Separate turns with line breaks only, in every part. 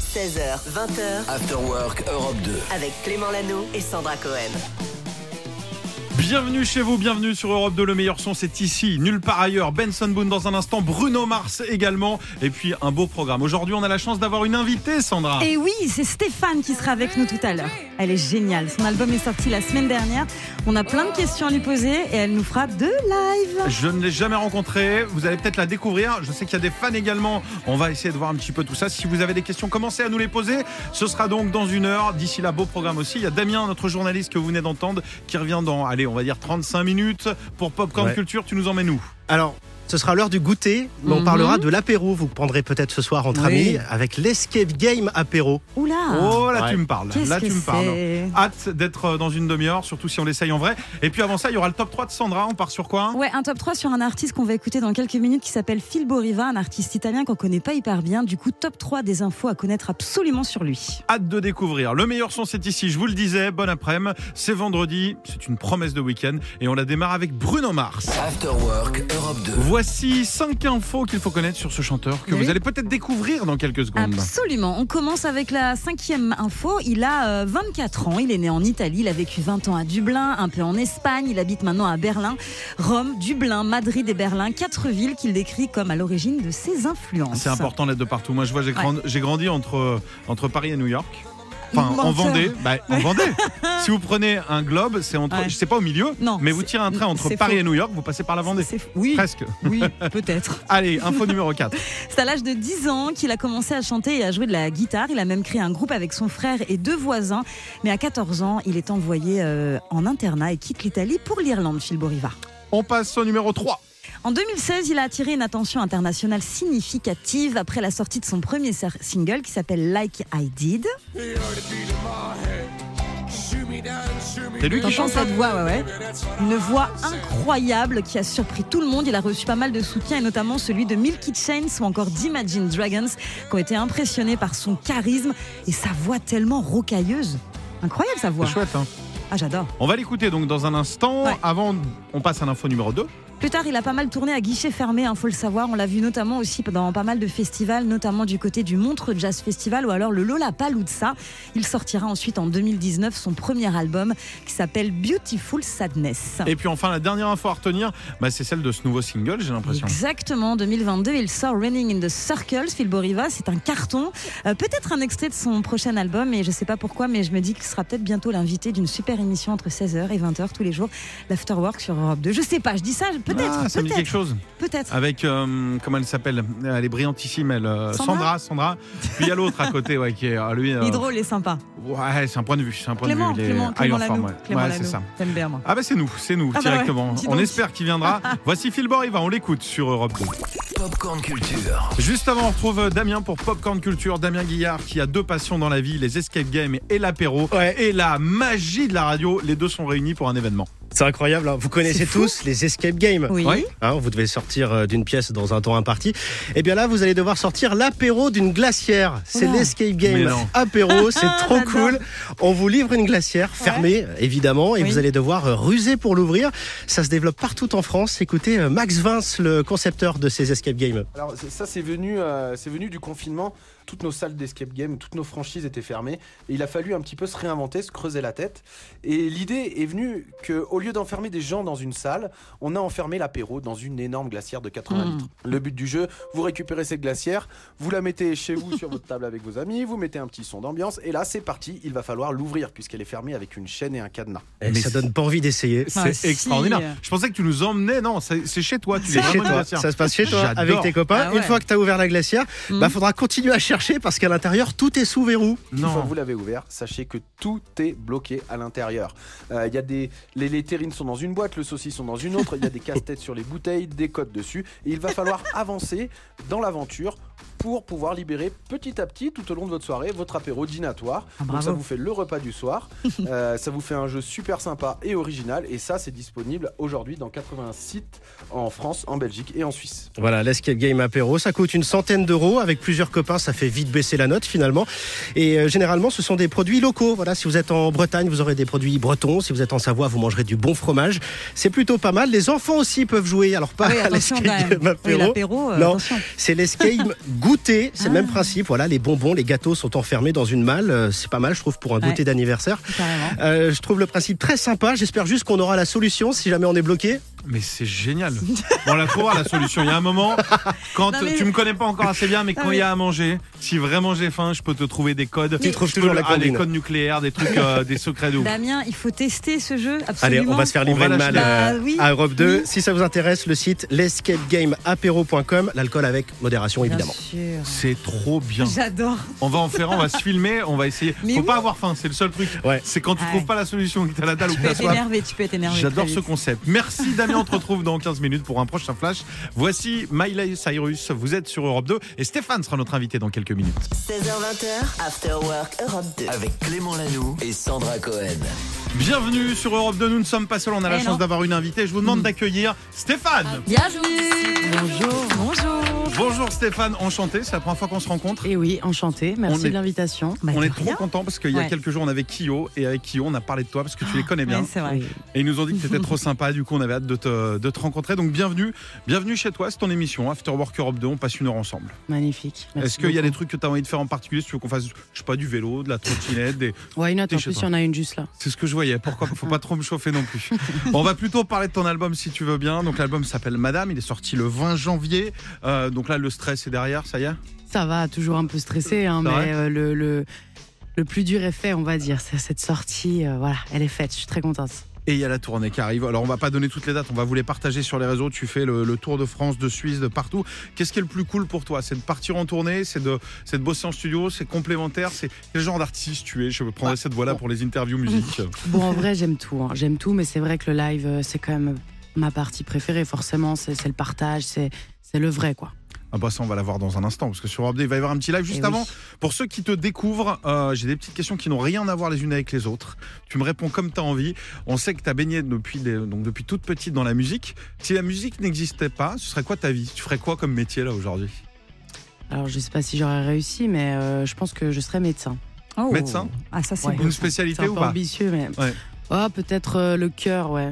16h, 20h,
After Work Europe 2.
avec Clément Lano et Sandra Cohen.
Bienvenue chez vous, bienvenue sur Europe 2, le meilleur son c'est ici, nulle part ailleurs, Benson Boone dans un instant, Bruno Mars également, et puis un beau programme. Aujourd'hui on a la chance d'avoir une invitée Sandra.
Et oui, c'est Stéphane qui sera avec nous tout à l'heure. Elle est géniale. Son album est sorti la semaine dernière. On a plein de questions à lui poser et elle nous fera deux lives.
Je ne l'ai jamais rencontrée, vous allez peut-être la découvrir, je sais qu'il y a des fans également, on va essayer de voir un petit peu tout ça. Si vous avez des questions, commencez à nous les poser, ce sera donc dans une heure, d'ici là beau programme aussi. Il y a Damien, notre journaliste que vous venez d'entendre, qui revient dans, allez on va dire 35 minutes pour Popcorn
Ouais.
Culture, tu nous emmènes où
Alors, ce sera l'heure du goûter, mais on
Mhm.
parlera de l'apéro. Vous prendrez peut-être ce soir entre
Oui.
amis avec l'escape game apéro.
Oula
Oh là
Ouais.
tu me parles,
Ah. Qu'est-ce
là
que
tu me parles.
c'est
Hâte d'être euh, dans une demi-heure, surtout si on l'essaye en vrai. Et puis avant ça, il y aura le top 3 de Sandra. On part sur quoi
Ouais, un top 3 sur un artiste qu'on va écouter dans quelques minutes qui s'appelle Phil Boriva, un artiste italien qu'on connaît pas hyper bien. Du coup, top 3 des infos à connaître absolument sur lui.
Hâte de découvrir. Le meilleur son, c'est ici. Je vous le disais, bon après-midi. C'est vendredi, c'est une promesse de week-end. Et on la démarre avec Bruno Mars.
After Work Europe 2.
Voici 5 infos qu'il faut connaître sur ce chanteur que
Oui.
vous allez peut-être découvrir dans quelques secondes.
Absolument. On commence avec la cinquième info. Il a euh, 24 ans. Il est né en Italie. Il a vécu 20 ans à Dublin, un peu en Espagne. Il habite maintenant à Berlin, Rome, Dublin, Madrid et Berlin. Quatre villes qu'il décrit comme à l'origine de ses influences.
C'est important d'être de partout. Moi, je vois, j'ai grand- j'ai grandi entre, entre Paris et New York. Enfin,
Menteur.
en Vendée. Bah, en Vendée. si vous prenez un globe, c'est entre.
Ouais.
Je sais pas au milieu,
Non,
mais vous
c'est-
tirez un train entre
c'est
Paris
faux.
et New York, vous passez par la Vendée.
C'est fou. Oui,
Presque.
oui, peut-être.
Allez, info numéro 4.
C'est à l'âge de 10 ans qu'il a commencé à chanter et à jouer de la guitare. Il a même créé un groupe avec son frère et deux voisins. Mais à 14 ans, il est envoyé euh, en internat et quitte l'Italie pour l'Irlande, Phil Boriva.
On passe au numéro 3.
En 2016, il a attiré une attention internationale significative après la sortie de son premier ser- single qui s'appelle Like I Did.
C'est lui qui
T'entends
chante.
cette voix, ouais, ouais. Une voix incroyable qui a surpris tout le monde. Il a reçu pas mal de soutien et notamment celui de Milky Chance ou encore d'Imagine Dragons qui ont été impressionnés par son charisme et sa voix tellement rocailleuse. Incroyable sa voix.
C'est chouette. hein.
Ah, j'adore.
On va l'écouter donc dans un instant.
Ouais.
Avant, on passe à l'info numéro 2.
Plus tard, il a pas mal tourné à guichet fermé, il faut le savoir. On l'a vu notamment aussi dans pas mal de festivals, notamment du côté du Montre Jazz Festival ou alors le Lollapalooza. Il sortira ensuite en 2019 son premier album qui s'appelle Beautiful Sadness.
Et puis enfin, la dernière info à retenir, bah, c'est celle de ce nouveau single, j'ai l'impression.
Exactement, en 2022, il sort Running in the Circles, Phil Boriva, c'est un carton. Euh, peut-être un extrait de son prochain album, et je sais pas pourquoi, mais je me dis qu'il sera peut-être bientôt l'invité d'une super émission entre 16h et 20h tous les jours, l'Afterwork sur Europe 2. Je sais pas, je dis ça, peut-être,
Ah, ça me dit quelque
peut-être,
chose.
peut-être.
Avec, euh, comment elle s'appelle Elle est brillantissime, elle. euh, Sandra,
Sandra
Sandra. Puis il y a l'autre à côté, ouais, qui est. euh, Lui, euh,
Il est drôle et sympa.
Ouais, c'est un point de vue. C'est un point
Clément,
de vue. il est
Clément,
high
Clément
en forme,
Lanoux.
ouais.
Clément
Ouais,
Lanoux.
c'est ça.
T'aimes bien, moi.
Ah bah c'est nous, c'est nous
Ah bah ouais,
directement.
dis
on
donc.
espère qu'il viendra. Voici Phil Boriva, on l'écoute sur Europe 2.
Popcorn Culture.
Juste avant, on retrouve euh, Damien pour Popcorn Culture. Damien Guillard qui a deux passions dans la vie, les escape games et l'apéro. Et la magie de la radio, les deux sont réunis pour un événement.
C'est incroyable, hein. vous connaissez
C'est fou.
tous les escape games.
Oui.
Ouais.
Hein, vous devez sortir euh, d'une pièce dans un temps imparti. Et bien là, vous allez devoir sortir l'apéro d'une glacière. C'est
Oula.
l'escape
Mais
game
non.
apéro, c'est trop
J'adore.
cool. On vous livre une glacière fermée, évidemment, et
Oui.
vous allez devoir euh, ruser pour l'ouvrir. Ça se développe partout en France. Écoutez euh, Max Vince, le concepteur de ces escape games.
Alors c'est- ça c'est venu, euh, c'est venu du confinement. Toutes nos salles d'escape game, toutes nos franchises étaient fermées. Et il a fallu un petit peu se réinventer, se creuser la tête. Et l'idée est venue que au lieu d'enfermer des gens dans une salle, on a enfermé l'apéro dans une énorme glacière de 80
Mm.
litres. Le but du jeu, vous récupérez cette glacière, vous la mettez chez vous sur votre table avec vos amis, vous mettez un petit son d'ambiance. Et là c'est parti, il va falloir l'ouvrir puisqu'elle est fermée avec une chaîne et un cadenas.
Et
Mais
Eh, ça
c'est-
donne pas envie d'essayer.
Ah,
C'est
si.
extraordinaire. Je pensais que tu nous emmenais. Non, c'est c'est chez toi. Tu
C'est
les
chez
emmènes
toi,
dans la
ça se passe chez toi
J'adore.
avec tes copains.
Ah ouais.
Une fois que tu as ouvert la glacière, il
Mhm.
faudra continuer à chercher parce qu'à l'intérieur, tout est sous verrou.
Une fois que
Non.
vous l'avez ouvert, sachez que tout est bloqué à l'intérieur. Euh, Il y a des les, les terrines sont dans une boîte, le saucisson dans une autre. Il y a des casse-têtes sur les bouteilles, des codes dessus. Et il va falloir avancer dans l'aventure pour pouvoir libérer petit à petit tout au long de votre soirée votre apéro dînatoire.
Ah,
Donc ça
bravo.
vous fait le repas du soir. Euh, ça vous fait un jeu super sympa et original. Et ça c'est disponible aujourd'hui dans 80 sites en France, en Belgique et en Suisse.
Voilà, l'escape game apéro, ça coûte une centaine d'euros. Avec plusieurs copains, ça fait vite baisser la note finalement. Et euh, généralement, ce sont des produits locaux. Voilà, si vous êtes en Bretagne, vous aurez des produits bretons. Si vous êtes en Savoie, vous mangerez du bon fromage. C'est plutôt pas mal. Les enfants aussi peuvent jouer. Alors pas
Ah oui,
à
attention
l'escape
quand même.
game
Oui,
apéro.
l'apéro, euh,
Non.
attention. Ah.
C'est l'escape goûter. C'est le même principe. Voilà, les bonbons, les gâteaux sont enfermés dans une malle. Euh, C'est pas mal, je trouve, pour un goûter
Ouais.
d'anniversaire.
carrément.
Euh, je trouve le principe très sympa. J'espère juste qu'on aura la solution si jamais on est bloqué.
Mais c'est génial. Bon, la trouver la solution. Il y a un moment, quand
Non, mais-
tu me connais pas encore assez bien, mais quand
Non,
il y
mais-
a à manger, si vraiment j'ai faim, je peux te trouver des codes.
Tu trouves
Je peux
toujours
le-
la
ah, des
combine.
codes nucléaires, des trucs, euh, des secrets de ouf.
Damien, il faut tester ce jeu absolument.
Allez, on va se faire
On va
livrer le mal
l'acheter.
euh,
Bah oui.
à Europe 2.
Oui.
Si ça vous intéresse, le site l'escapegameapéro.com. L'alcool avec modération,
Bien
évidemment.
sûr.
C'est trop bien.
J'adore.
On va en faire, on va se filmer, on va essayer.
Mais
Faut
oui.
pas avoir faim, c'est le seul truc.
Ouais.
C'est quand tu
Ouais.
trouves pas la solution, que t'as la dalle ou
Tu
que
peux
t'as
être
soif.
énervé, tu peux être énervé.
J'adore
très
ce
vite.
concept. Merci Damien, on te retrouve dans 15 minutes pour un prochain flash. Voici Miley Cyrus, vous êtes sur Europe 2 et Stéphane sera notre invité dans quelques minutes.
16h20, After Work Europe 2.
Avec Clément Lanoux et Sandra Cohen.
Bienvenue sur Europe 2, nous ne sommes pas seuls, on a la
Eh
chance
non. Mm.
d'avoir une invitée. Je vous demande d'accueillir Stéphane.
Bienvenue. Bonjour. Bonjour.
Bonjour Stéphane, enchanté, c'est la première fois qu'on se rencontre.
Et Eh oui, enchanté.
On
Merci
est-
de l'invitation.
Bah,
On
de
est trop
rien.
content parce qu'il y a
Ouais.
quelques jours on avait Kyo et avec Kyo on a parlé de toi parce que tu les connais bien
Ouais, c'est vrai.
Oui.
et ils nous ont dit que tu étais trop sympa du coup on avait hâte de te, de te rencontrer donc bienvenue bienvenue chez toi c'est ton émission After Work Europe 2 on passe une heure ensemble
Magnifique.
est-ce qu'il y a des trucs que tu as envie de faire en particulier si tu veux qu'on fasse je sais pas du vélo de la trottinette des,
Ouais, une autre.
T'es
En
chez
plus, il y
toi.
en a une juste là.
C'est ce que je voyais. Pourquoi Faut pas trop me chauffer non plus. On va plutôt parler de ton album si tu veux bien. Donc l'album s'appelle Madame. Il est sorti le 20 janvier. Euh, donc là, le stress est derrière. Ça y est.
Ça va, toujours un peu stressé, hein,
C'est vrai
mais euh, le, le, le plus dur est fait, on va dire. C'est cette sortie, euh, voilà, elle est faite. Je suis très contente.
Et il y a la tournée qui arrive. Alors on va pas donner toutes les dates. On va vous les partager sur les réseaux. Tu fais le, le tour de France, de Suisse, de partout. Qu'est-ce qui est le plus cool pour toi C'est de partir en tournée. C'est de, c'est de bosser en studio. C'est complémentaire. C'est quel genre d'artiste tu es Je
Bah,
prendrai cette voie-là pour les interviews musique.
Bon, en vrai, j'aime tout. hein. J'aime tout, mais c'est vrai que le live, euh, c'est quand même ma partie préférée. Forcément, c'est c'est le partage, c'est c'est le vrai, quoi.
Ah bah ça on va la voir dans un instant parce que sur Europe 2, il va y avoir un petit live juste
Eh oui.
avant. Pour ceux qui te découvrent, euh, j'ai des petites questions qui n'ont rien à voir les unes avec les autres. Tu me réponds comme tu as envie. On sait que tu as baigné depuis, des- donc depuis toute petite dans la musique. Si la musique n'existait pas, ce serait quoi ta vie Tu ferais quoi comme métier là aujourd'hui
Bah,
Alors, je sais pas si j'aurais réussi, mais euh, je pense que je serais médecin.
Oh.
Médecin
Ah, ça, c'est
Ouais.
beau.
Une
C'est
spécialité
un
ou
peu
pas
ambitieux, mais.
Ouais.
Oh, peut-être euh, le cœur, ouais.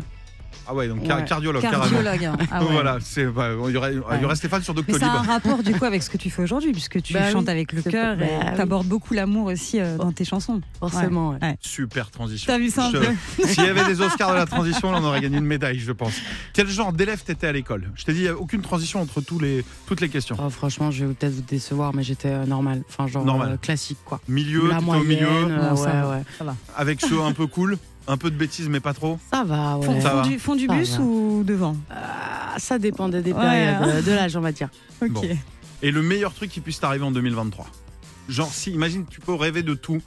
Ah ouais, donc car-
Ouais.
cardiologue, carrément.
Cardiologue. hein. Ah ouais.
Voilà, c'est bah, il y aurait, il y aurait Stéphane sur
Mais
Doctolib.
ça a un rapport du coup avec ce que tu fais aujourd'hui, puisque tu
Bah oui,
chantes avec le
c'est
cœur
pas-
et
bah oui.
t'abordes beaucoup l'amour aussi euh, dans tes chansons.
Forcément, ouais.
Super transition.
T'as vu ça un
Je-
peu
S'il y avait des Oscars de la transition, là, on aurait gagné une médaille, je pense. Quel genre d'élève t'étais à l'école Je t'ai dit, il n'y a aucune transition entre tous les, toutes les questions.
Oh, franchement, je vais peut-être vous décevoir, mais j'étais euh, normal. Enfin, genre
Normal.
euh, classique, quoi.
Milieu,
La
t'étais au milieu,
moyenne, euh,
Non,
ouais,
ça va.
ouais.
avec ceux un peu cool, un peu de bêtises, mais pas trop.
Ça va, ouais.
Fond,
Ça
fond
va.
du, fond du
Ça
bus
va.
ou devant
Ah, ça dépendait des
Ouais.
périodes, euh, de l'âge, on va dire.
Ok.
Bon. Et le meilleur truc qui puisse t'arriver en 2023 Genre, si, imagine, tu peux rêver de tout.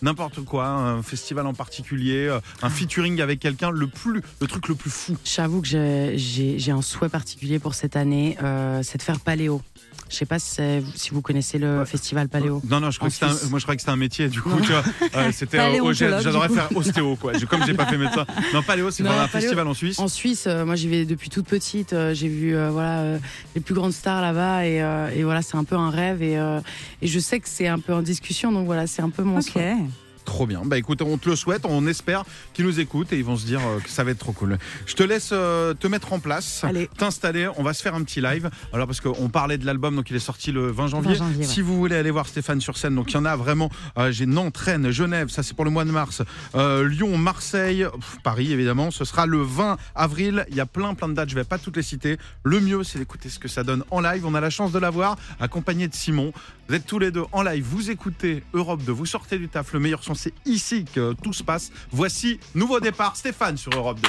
N'importe quoi, un festival en particulier, euh, un featuring avec quelqu'un, le plus, le truc le plus fou.
J'avoue que j'ai- j'ai j'ai un souhait particulier pour cette année, euh, c'est de faire paléo. Je sais pas si, c'est- si vous connaissez le
Ouais.
festival paléo.
Non, non, je crois
oh. En
que c'était un,
Suisse.
moi je croyais que c'était un métier, du coup,
Non.
tu vois. euh, c'était, euh,
Paléontologue,
oh, j'ai-
du
j'adorais
coup.
faire ostéo, quoi. Je- Comme j'ai pas fait médecin. Non, paléo, c'est
Non,
vraiment un
paléo.
festival en Suisse.
En Suisse, euh, moi j'y vais depuis toute petite. euh, j'ai vu euh, voilà euh, les plus grandes stars là-bas et, euh, et voilà c'est un peu un rêve et, euh, et je sais que c'est un peu en discussion donc voilà c'est un peu mon
Ok.
souhait.
Trop bien. Bah écoute, on te le souhaite, on espère qu'ils nous écoutent et ils vont se dire euh, que ça va être trop cool. Je te laisse euh, te mettre en place,
Allez.
t'installer, on va se faire un petit live. Alors parce qu'on parlait de l'album, donc il est sorti le 20 janvier.
20 janvier, ouais.
Si vous voulez aller voir Stéphane sur scène, donc il y en a vraiment, euh, j'ai Nantes, Rennes, Genève, ça c'est pour le mois de mars, euh, Lyon, Marseille, pff, Paris évidemment, ce sera le 20 avril, il y a plein plein de dates, je vais pas toutes les citer. Le mieux c'est d'écouter ce que ça donne en live, on a la chance de l'avoir, accompagné de Simon. Vous êtes tous les deux en live, vous écoutez Europe 2, vous sortez du taf, le meilleur son, c'est ici que euh, tout se passe. Voici nouveau départ, Stéphane sur Europe 2.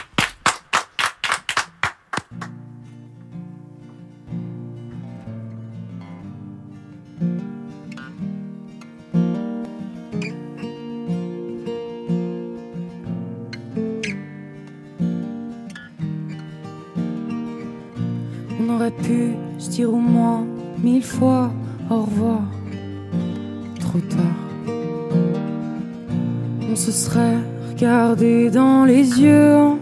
On aurait pu se dire au moins mille fois au revoir. Trop tard. On se serait regardé dans les yeux en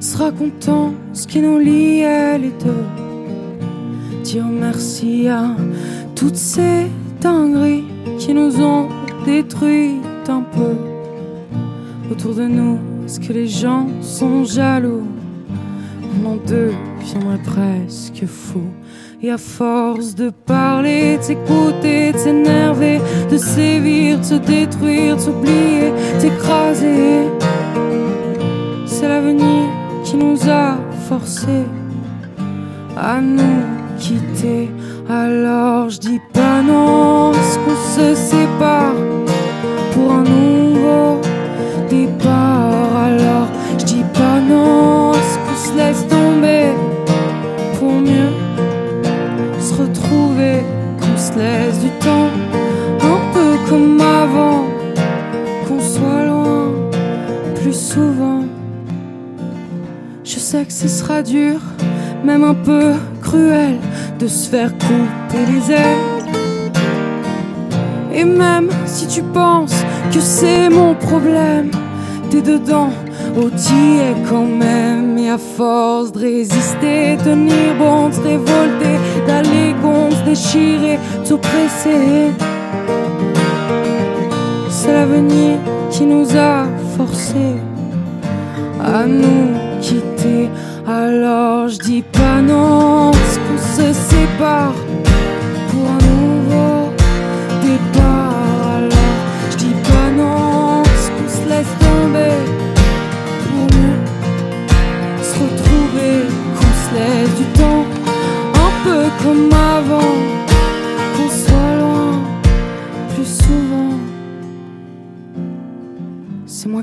se racontant ce qui nous liait les deux. Dire merci à toutes ces dingueries qui nous ont détruites un peu. Autour de nous, est-ce que les gens sont jaloux on en deviendrait presque fou. Et à force de parler, de s'écouter, de s'énerver, de sévir, de se détruire, de s'oublier, de s'écraser, c'est l'avenir qui nous a forcés à nous quitter. Alors je dis pas non, ce qu'on se sépare pour un nouveau départ. Alors je dis pas non, ce qu'on se laisse tomber pour mieux se retrouver, qu'on se laisse du temps, un peu comme avant, qu'on soit loin plus souvent. Je sais que ce sera dur, même un peu cruel, de se faire couper les ailes. Et même si tu penses que c'est mon problème, t'es dedans, oh t'y es quand même. Et à force de résister, tenir bon, de se révolter, d'aller contre, se déchirer, de s'oppresser. C'est l'avenir qui nous a forcés à nous quitter. Alors je dis pas non, ce qu'on se sépare pour un nouveau départ. Alors je dis pas non, ce qu'on se laisse tomber pour mieux se retrouver, qu'on se laisse du temps, un peu comme avant, qu'on soit loin plus souvent. C'est moi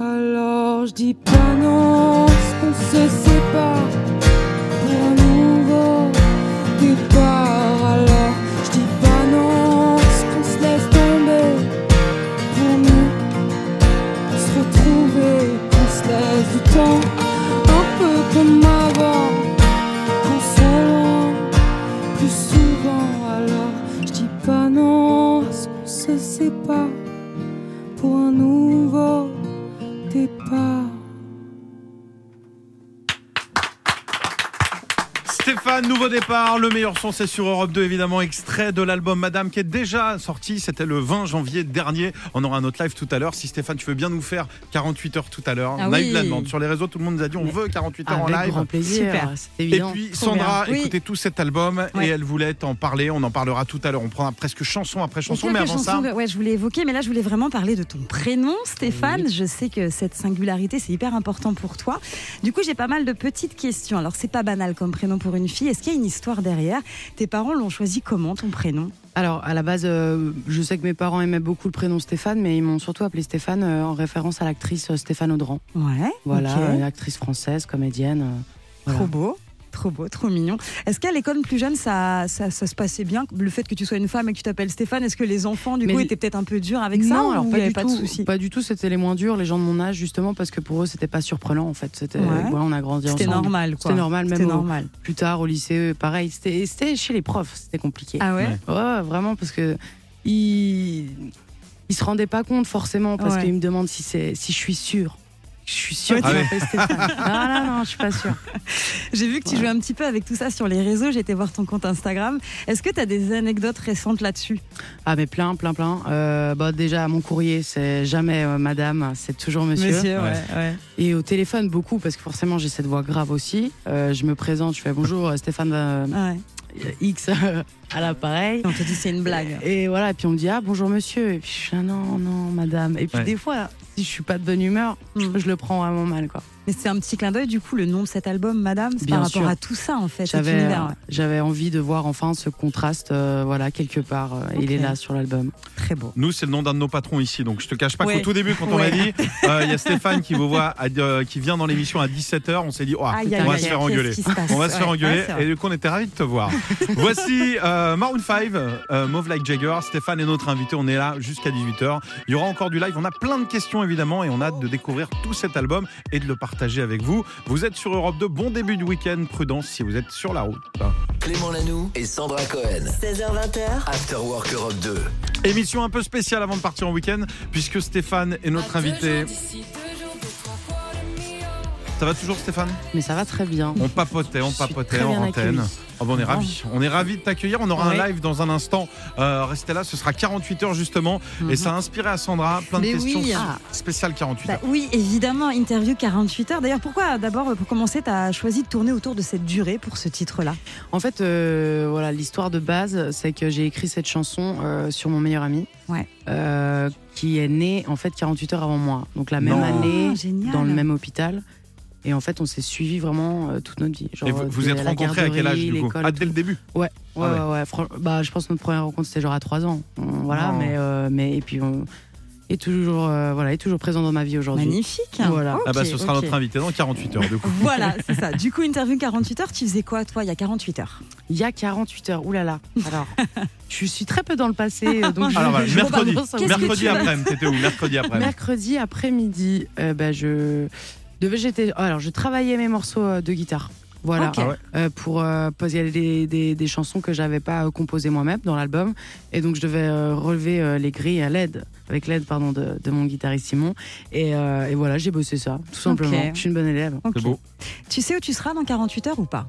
Alors je dis pas non, ce qu'on se sépare pour un nouveau départ. Alors je dis pas non, ce qu'on se laisse tomber pour nous se retrouver, qu'on se laisse du temps, un peu comme avant, qu'on soit loin plus souvent. Alors je dis pas non, ce qu'on se sépare pour un nouveau départ.
Stéphane, nouveau départ, le meilleur son c'est sur Europe 2 évidemment, extrait de l'album Madame qui est déjà sorti, c'était le 20 janvier dernier, on aura un autre live tout à l'heure, si Stéphane tu veux bien nous faire 48 heures tout à l'heure,
Ah
on a eu
oui.
de la demande sur les réseaux, tout le monde nous a dit on veut 48 heures en
Avec
live.
grand plaisir,
Super.
c'est
Et
évident.
puis
Trop
Sandra
bien. Oui.
écoutait tout cet album
Ouais.
et elle voulait t'en parler, on en parlera tout à l'heure, on prendra presque chanson après
Il y a
chanson,
quelques
mais avant ça...
chansons que- ouais, je voulais évoquer, mais là, je voulais vraiment parler de ton prénom, Stéphane. Je sais que cette singularité, c'est hyper important pour toi. Du coup, j'ai pas mal de petites questions. Alors, c'est pas banal comme prénom pour une fille. Est-ce qu'il y a une histoire derrière Tes parents l'ont choisi comment, ton prénom
Alors, à la base, euh, je sais que mes parents aimaient beaucoup le prénom Stéphane, mais ils m'ont surtout appelé Stéphane euh, en référence à l'actrice euh, Stéphane Audran.
Ouais.
Voilà,
ok.
une actrice française, comédienne. euh, voilà.
Trop beau. Trop beau, trop mignon. Est-ce qu'à l'école plus jeune, ça, ça, ça se passait bien Le fait que tu sois une femme et que tu t'appelles Stéphane, est-ce que les enfants, du
Mais
coup,
l-
étaient peut-être un peu durs avec ça
non,
ou
alors
il
pas
y avait
du,
pas
tout,
de souci
pas du tout, c'était les moins durs, les gens de mon âge, justement, parce que pour eux, c'était pas surprenant, en fait. C'était,
Ouais.
ouais, on a grandi
C'était
ensemble.
normal, quoi.
C'était normal, même
C'était
au-
normal.
plus tard au lycée, pareil. C'était, c'était chez les profs, c'était compliqué.
Ah ouais
Ouais.
Ouais, vraiment, parce que ils, ils se rendaient pas compte forcément, parce
Ouais.
qu'ils me demandent si, c'est, si je suis sûre. Je suis sûre
Ouais,
qu'il
tu-
m'appelle Stéphane. Ah non, non, je suis pas sûre.
J'ai vu que tu
Ouais.
jouais un petit peu avec tout ça sur les réseaux, j'ai été voir ton compte Instagram. Est-ce que tu as des anecdotes récentes là-dessus
Ah, mais plein, plein, plein. Euh, bah, déjà, mon courrier, c'est jamais euh, madame, c'est toujours monsieur.
ouais,
Et au téléphone, beaucoup, parce que forcément, j'ai cette voix grave aussi. Euh, je me présente, je fais bonjour, Stéphane euh,
Ouais.
X à l'appareil.
Et on te dit c'est une blague.
Et voilà, et puis on me dit ah bonjour monsieur, et puis je suis ah, non non madame. Et puis
Ouais.
des fois, si je suis pas de bonne humeur,
Mm.
je le prends vraiment mal quoi.
Mais c'est un petit clin d'œil, du coup, le nom de cet album, Madame, c'est
Bien
par
sûr.
rapport à tout ça, en fait. cet
J'avais euh,
univers, ouais.
j'avais envie de voir enfin ce contraste euh, voilà quelque part. euh,
Ok.
Il est là sur l'album.
Très beau.
Nous, c'est le nom d'un de nos patrons ici, donc je te cache pas qu'au
Ouais.
tout début, quand on l'a
Ouais.
dit, euh, il y a Stéphane qui vous voit, à- euh, qui vient dans l'émission à 17h, on s'est dit, oh,
Aïe,
putain,
aïe,
on va
aïe,
se faire
qu'est-ce
engueuler.
qui se passe
On va se faire
Ouais,
engueuler
ouais, c'est
et
vrai.
du coup on était ravis de te voir. Voici euh, Maroon 5, euh, Mauve Like Jagger, Stéphane est notre invité, on est là jusqu'à 18h. Il y aura encore du live, on a plein de questions évidemment et on a hâte de découvrir tout cet album et de le partager avec vous. Vous êtes sur Europe 2, bon début de week-end, prudence si vous êtes sur la route.
Clément Lanoux et Sandra Cohen.
16h20h,
After Work Europe 2.
Émission un peu spéciale avant de partir en week-end, puisque Stéphane est notre invité. Ça va toujours Stéphane
Mais ça va très bien.
On papotait, on
Je suis
papotait
très
en
bien
antenne.
accueillie.
Ah bon, on est ravis. On est ravis de t'accueillir. On aura
Ouais.
un live dans un instant. Euh, restez là, ce sera 48 heures justement.
Mhm.
Et ça a inspiré à Sandra plein de
Mais
questions
oui.
Ah. spéciales 48
Bah
heures.
oui, évidemment, interview 48 heures. D'ailleurs, pourquoi d'abord, pour commencer, tu as choisi de tourner autour de cette durée pour ce titre-là
En fait, euh, voilà, l'histoire de base, c'est que j'ai écrit cette chanson euh, sur mon meilleur ami,
Ouais.
euh, qui est né en fait 48 heures avant moi, donc la même
Non.
année,
Ah, génial.
dans le même hôpital. Et en fait, on s'est suivis vraiment euh, toute notre vie. Genre,
Et vous vous
de
êtes
la
rencontrés à quel âge du
garderie,
coup
l'école,
Ah,
tout.
dès le début
Ouais, ouais,
Ah ouais.
ouais. ouais. Fran- bah, je pense que notre première rencontre c'était genre à 3 ans. On- voilà,
Non.
mais, euh, mais et puis on est toujours, euh, voilà, est toujours présent dans ma vie aujourd'hui.
Magnifique.
Voilà.
Ok,
Ah bah ce sera
ok.
notre invité dans 48 heures du coup.
Voilà, c'est ça. Du coup, interview 48 heures, tu faisais quoi toi il y a 48 heures
Il y a 48 heures, oulala. Alors, je suis très peu dans le passé, euh, donc je-
Alors voilà,
je
mercredi,
rebalance un peu.
Qu'est-ce que
mercredi
tu vas-
après-midi, t'étais où Mercredi après-midi.
Mercredi après-midi, euh, bah, je devais j'étais oh, alors je travaillais mes morceaux euh, de guitare. Voilà,
Ok. Ah
ouais.
Euh, pour euh, parce qu'il y avait des, des- des chansons que j'avais pas euh, composées moi-même dans l'album, et donc je devais euh, relever euh, les grilles à l'aide, avec l'aide pardon de, de mon guitariste Simon, et, euh, et voilà j'ai bossé ça tout simplement. Je suis une bonne élève.
Ok.
C'est beau.
Tu sais où tu seras dans 48 heures ou pas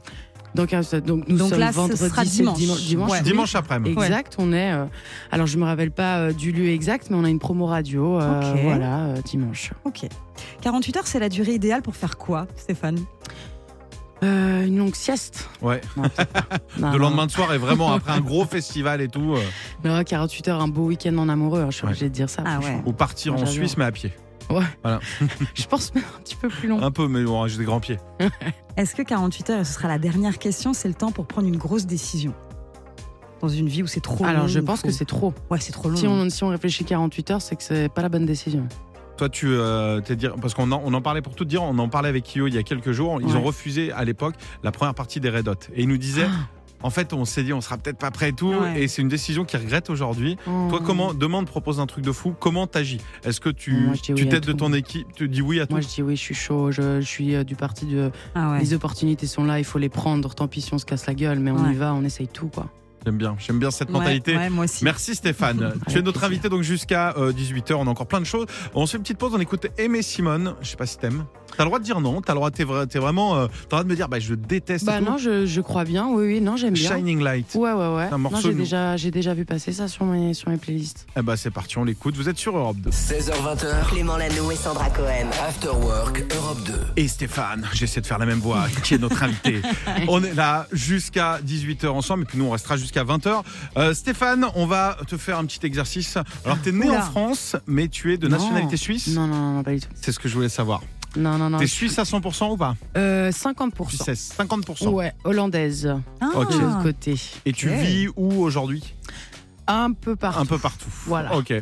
Donc, euh, donc nous
Donc
sommes
là, ce
vendredi,
sera
c'est
dimanche.
dimanche, dimanche,
Ouais.
oui.
Dimanche après-midi.
Exact, on est. euh, alors je me rappelle pas euh, du lieu exact, mais on a une promo radio. euh,
Ok.
Voilà, euh, dimanche.
Ok. 48 heures, c'est la durée idéale pour faire quoi, Stéphane
Euh, une longue sieste.
Ouais.
Non,
De
Ah, non,
lendemain de soir et vraiment après un gros festival et tout. euh,
non. Non, 48 heures, un beau week-end en amoureux, hein, je suis
Ouais.
obligée de dire ça.
Ah ouais.
Ou partir
Moi,
en
j'adore.
Suisse mais à pied.
Je pense même un petit peu plus long.
Un peu mais bon, j'ai des grands pieds.
Est-ce que 48 heures, ce sera la dernière question, c'est le temps pour prendre une grosse décision Dans une vie où c'est
Ah.
trop long
Alors je
où
pense
faut-
que c'est trop.
Ouais, c'est trop long.
Si on, si on réfléchit 48 heures, c'est que c'est pas la bonne décision.
Toi, tu euh, t'es dire parce qu'on en, on en parlait pour tout te dire, on en parlait avec Io il y a quelques jours. Ils
Ouais.
ont refusé à l'époque la première partie des Red Hot et ils nous disaient,
Ah.
en fait, on s'est dit, on sera peut-être pas prêt et tout,
Ouais.
et c'est une décision qu'ils regrettent aujourd'hui.
Oh.
Toi, comment demande propose un truc de fou Comment t'agis Est-ce que tu
Moi,
tu
je dis oui à
t'aides de
tout.
ton équipe Tu dis oui à tout
Moi je dis oui, je suis chaud, je, je suis euh, du parti de.
Ah ouais.
Les opportunités sont là, il faut les prendre. Tant pis si on se casse la gueule, mais on
Ouais.
y va, on essaye tout quoi.
J'aime bien, j'aime bien cette
Ouais,
mentalité.
ouais, moi aussi.
Merci Stéphane. tu es
Avec
notre
plaisir.
invité donc jusqu'à 18h. On a encore plein de choses. On se fait une petite pause. On écoute Aimé Simone. Je sais pas si t'aimes. T'as le droit de dire non. T'as le droit. T'es vra- t'es vraiment. euh, T'as le droit de me dire. Bah je déteste.
Bah
et tout.
non, je, je crois bien, oui, oui, non, j'aime bien.
Shining Light.
Ouais, ouais, ouais.
Un morceau
Non, j'ai
de-
déjà, j'ai déjà vu passer ça sur mes, sur mes playlists.
Eh bah c'est parti. On l'écoute. Vous êtes sur Europe 2.
16h20h,
Clément Lanoux et Sandra Cohen.
After Work Europe 2.
Et Stéphane, j'essaie de faire la même voix, qui est notre invité. On est là jusqu'à 18h ensemble, et puis nous, on restera jusqu'à 20h. Euh, Stéphane, on va te faire un petit exercice. Alors, t'es né
Oula.
en France, mais tu es de
Non.
nationalité suisse
Non, non, non, non, pas du tout.
C'est ce que je voulais savoir.
Non, non, non.
T'es suisse à 100% ou pas
Euh, 50%.
Suissesse, 50%.
Ouais, hollandaise.
Ah,
Ok.
de l'autre côté.
Et tu
Ok.
vis où aujourd'hui
Un peu partout.
Un peu partout.
Voilà.
Ok.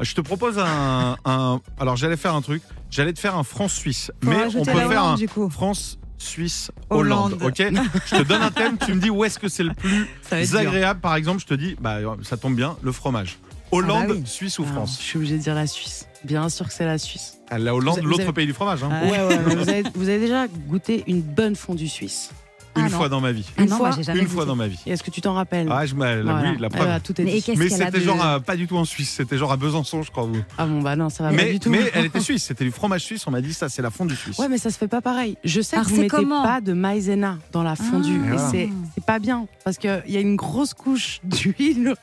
Je te propose un. un- Alors, j'allais faire un truc. J'allais te faire un France-Suisse.
Faudra
Mais on
ajouter
peut
la
faire
Hollande,
un
du coup.
France. Suisse, Hollande,
Hollande.
ok Je te donne un thème, tu me dis où est-ce que c'est le plus
Ça va être dur.
agréable. Par exemple, je te dis, bah, ça tombe bien, le fromage. Hollande,
Ah bah oui.
Suisse ou
Alors,
France
Je suis obligée de dire la Suisse. Bien sûr que c'est la Suisse.
Ah, La Hollande,
Vous avez-
l'autre
vous avez-
pays du fromage. hein.
Ah Ouais.
Ouais, ouais, mais vous, avez, vous avez déjà goûté une bonne fondue suisse.
Ah
Une
non.
fois dans ma vie.
Ah
Une
non, moi,
fois,
j'ai jamais
Une fois
goûté.
dans ma vie.
Et Est-ce que tu t'en rappelles
Ah, je m'a- la-
Voilà.
oui, la
Eh
preuve.
ben, tout est
Mais
dit.
qu'est-ce
mais
qu'elle a
c'était
de-
genre euh, pas du tout en Suisse, c'était genre à Besançon, je crois. vous.
Ah bon, bah non, ça va pas
Mais,
du tout.
mais elle était suisse, c'était du fromage suisse. On m'a dit ça, c'est la fondue suisse.
Ouais, mais ça se fait pas pareil. Je sais
Alors,
que vous
c'est
mettez
comment
pas de maïzena dans la fondue.
Ah.
et c'est- c'est pas bien. Parce qu'il y a une grosse couche d'huile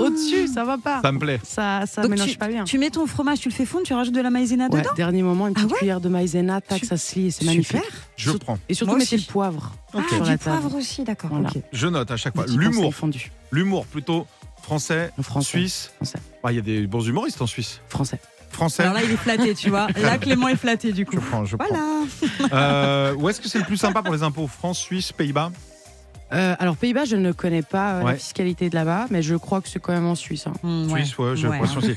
au-dessus, ça va pas.
Ça me plaît.
Ça, ça
Ah. Donc
mélange
tu,
pas bien.
tu mets ton fromage, tu le fais fondre, tu rajoutes de la maïzena
Ouais,
dedans.
dernier moment, une
Ah
petite
ouais
cuillère de maïzena, tac,
Su-
ça se lie et c'est
Super.
magnifique.
Je
Sur-
prends.
Et surtout,
Moi
mettez
aussi.
le poivre.
Ah,
Sur
du
la table.
poivre aussi, d'accord.
Voilà.
ok.
Je note à chaque fois.
Le petit conseil
Bah, L'humour,
fondu.
l'humour plutôt français,
Le français.
suisse. Ah,
Français.
Il y a des bons humoristes en Suisse.
Français.
Français.
Alors là, il est flatté, tu vois. Là, Clément est flatté, du coup.
je prends, je prends.
Voilà.
Euh, où est-ce que c'est le plus sympa pour les impôts France, Suisse, Pays-Bas
Euh, alors, Pays-Bas, je ne connais pas euh,
Ouais.
la fiscalité de là-bas, mais je crois que c'est quand même en Suisse. hein.
Mm, ouais.
Suisse, ouais, j'ai
Ouais,
l'impression aussi.